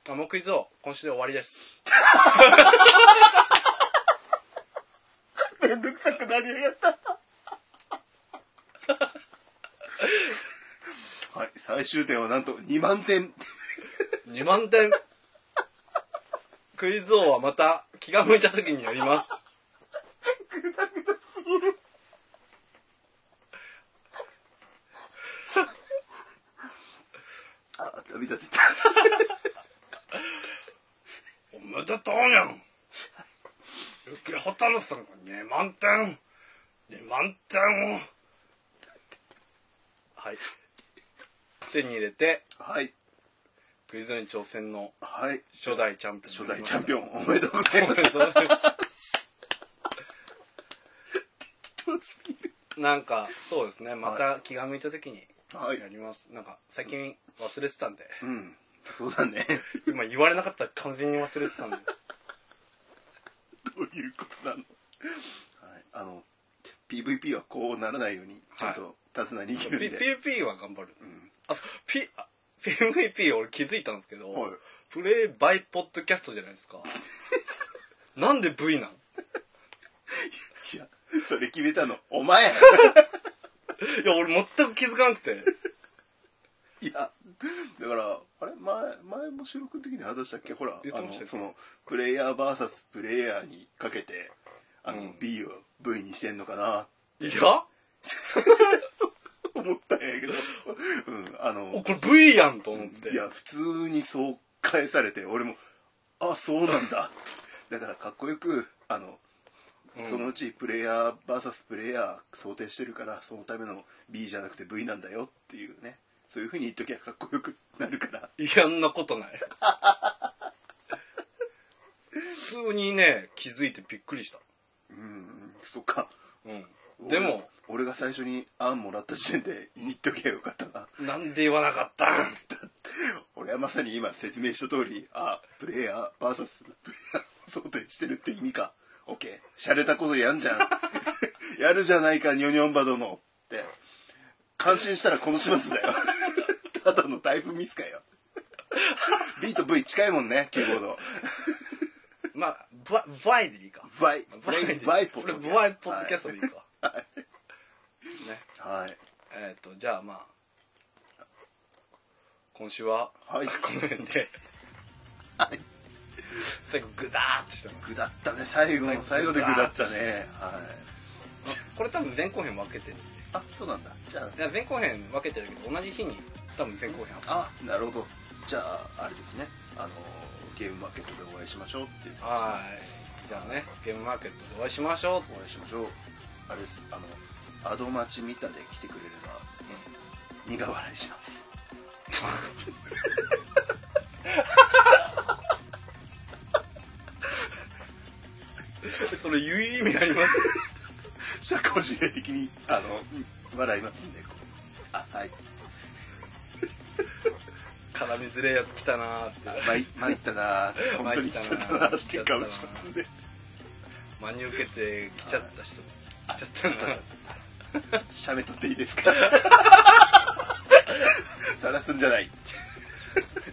Speaker 1: あ、もうクイズを今週で終わりです。
Speaker 2: めんどくさくなりやがったはい最終点はなんと2万点
Speaker 1: 2万点クイズ王はまた気が向いた時にやります。
Speaker 2: あ旅立てた
Speaker 1: おめでとうにゃん雪ほたるさんが2万点 !2 万点をはい。手に入れて、
Speaker 2: はい
Speaker 1: クイズ王に挑戦の
Speaker 2: はい
Speaker 1: 初代チャンピオン。
Speaker 2: 初代チャンピオンおめでとうございます
Speaker 1: なんか、そうですね。また気が向いた時に
Speaker 2: はい
Speaker 1: やります。なんか、最近忘れてたんで。
Speaker 2: うんそうだね
Speaker 1: 今言われなかったら完全に忘れてたんで。
Speaker 2: どういうことなの、はい、あの PVP はこうならないようにちゃんと手綱に生きるん
Speaker 1: P-
Speaker 2: で、
Speaker 1: PVP は頑張る。あ、そう P、あ PVP 俺気づいたんですけど、
Speaker 2: はい
Speaker 1: プレイバイポッドキャストじゃない
Speaker 2: (laughs)
Speaker 1: ですか。なんで V なん
Speaker 2: いやそれ決めたのお前
Speaker 1: いや、俺全く気づかなくて。
Speaker 2: いやだからあれ前前も収録の時に話したっけほら
Speaker 1: 言っ
Speaker 2: あ
Speaker 1: て
Speaker 2: の
Speaker 1: ましたよ
Speaker 2: そのプレイヤー VS プレイヤーにかけてあの、
Speaker 1: うん
Speaker 2: B を V にしてんのかない
Speaker 1: や
Speaker 2: と思ったんやけどうんあの
Speaker 1: おこれ V やんと思って。
Speaker 2: いや普通にそう返されて俺もあそうなんだだからかっこよくあの、
Speaker 1: うん
Speaker 2: そのうちプレイヤー VS プレイヤー想定してるからそのための B じゃなくて V なんだよっていうねそういうふうに言っときゃかっこよくなるから
Speaker 1: いやんなことない。普通にね、気づいてびっくりした。
Speaker 2: うんそっか
Speaker 1: うん。でも、
Speaker 2: 俺俺が最初に案もらった時点で言っときゃよかったな
Speaker 1: なんで言わなかったん
Speaker 2: (laughs) 俺はまさに今説明した通りあプレイヤー VS プレイヤーを想定してるって意味か OK しゃれたことやんじ (laughs) ゃんやるじゃないかニョニョンバ殿って感心したらこの始末だよ (laughs) ただのタイプミスかよ (laughs) B と V 近いもんねキーボード
Speaker 1: まあ、ババイでいいか。
Speaker 2: バイ
Speaker 1: バイでいい
Speaker 2: バイポ
Speaker 1: こ
Speaker 2: ッド
Speaker 1: れ
Speaker 2: キャスト
Speaker 1: バイポッドキャストでいいか。ね。
Speaker 2: はい
Speaker 1: えっ、と、じゃあまあ、今週は、
Speaker 2: はい
Speaker 1: この辺で、
Speaker 2: はい
Speaker 1: 最後グダーってしたの。
Speaker 2: ぐだったね最後の最後でぐだったねはい
Speaker 1: これ多分前後編分けてる。
Speaker 2: あそうなんだじゃあ
Speaker 1: いや、前後編分けてるけど、同じ日に多分前後編ある
Speaker 2: あなるほどじゃああれですねあのゲームマーケットでお会いしましょうっていう
Speaker 1: はーい。じゃあね、ゲームマーケットでお会いしましょう。
Speaker 2: お会いしましょうあれですあの「アドマチ見た」で来てくれれば苦笑いします (laughs)
Speaker 1: それ言う意味あります (laughs)
Speaker 2: 社交辞令的にあの笑いますんでこうあはい
Speaker 1: 絡みづれえやつ来たなーって。
Speaker 2: あ参参ったなー本当に来ちゃったなーっていう顔しますんで
Speaker 1: 真に受けて来ちゃった人、来ちゃったな。
Speaker 2: 写メ撮っていいですかさらすんじゃない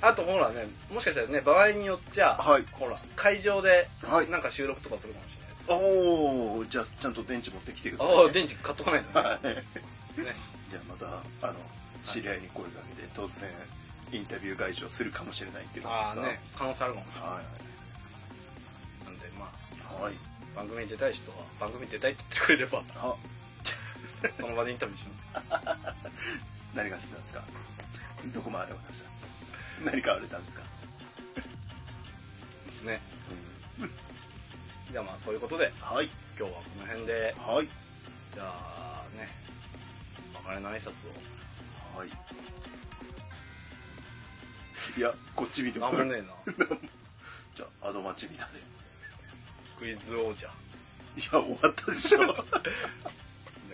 Speaker 1: あとほらね、もしかしたらね、場合によっちゃ、
Speaker 2: はい
Speaker 1: ほら、会場で、
Speaker 2: はい
Speaker 1: なんか収録とかするかもしれないです。
Speaker 2: おおじゃあちゃんと電池持ってきてください、
Speaker 1: あ
Speaker 2: ね、
Speaker 1: あ、電池買っとかないとね。
Speaker 2: はい
Speaker 1: ね
Speaker 2: じゃあまたあの知り合いに声かけて突然インタビュー返しをするかもしれないっていうこと
Speaker 1: ああ
Speaker 2: です
Speaker 1: ね、可能性あるかもしれ
Speaker 2: は
Speaker 1: ない。なんで、まあ、
Speaker 2: いはい
Speaker 1: 番組に出たい人は、番組に出たいって言ってくれれば、 (laughs)
Speaker 2: あ
Speaker 1: その場でインタビューします。
Speaker 2: 何が好きなんですかどこまでわかりました何買われたんですか、
Speaker 1: ね。じゃあまあ、そういうことで、
Speaker 2: はい
Speaker 1: 今日はこの辺で、
Speaker 2: はい
Speaker 1: じゃあね、別れの挨拶を。
Speaker 2: はいいやこっち見て
Speaker 1: なんも
Speaker 2: もらう
Speaker 1: ねえな
Speaker 2: じゃあアドマチビタで
Speaker 1: (laughs) クイズ王者
Speaker 2: いや終わったでしょは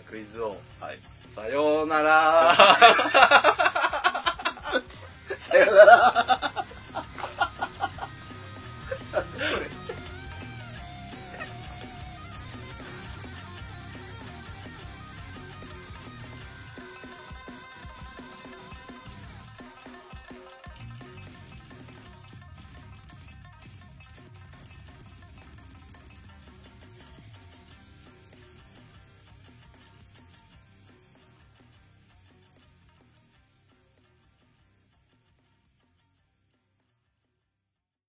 Speaker 1: クイズ王
Speaker 2: い
Speaker 1: さようなら
Speaker 2: さよなら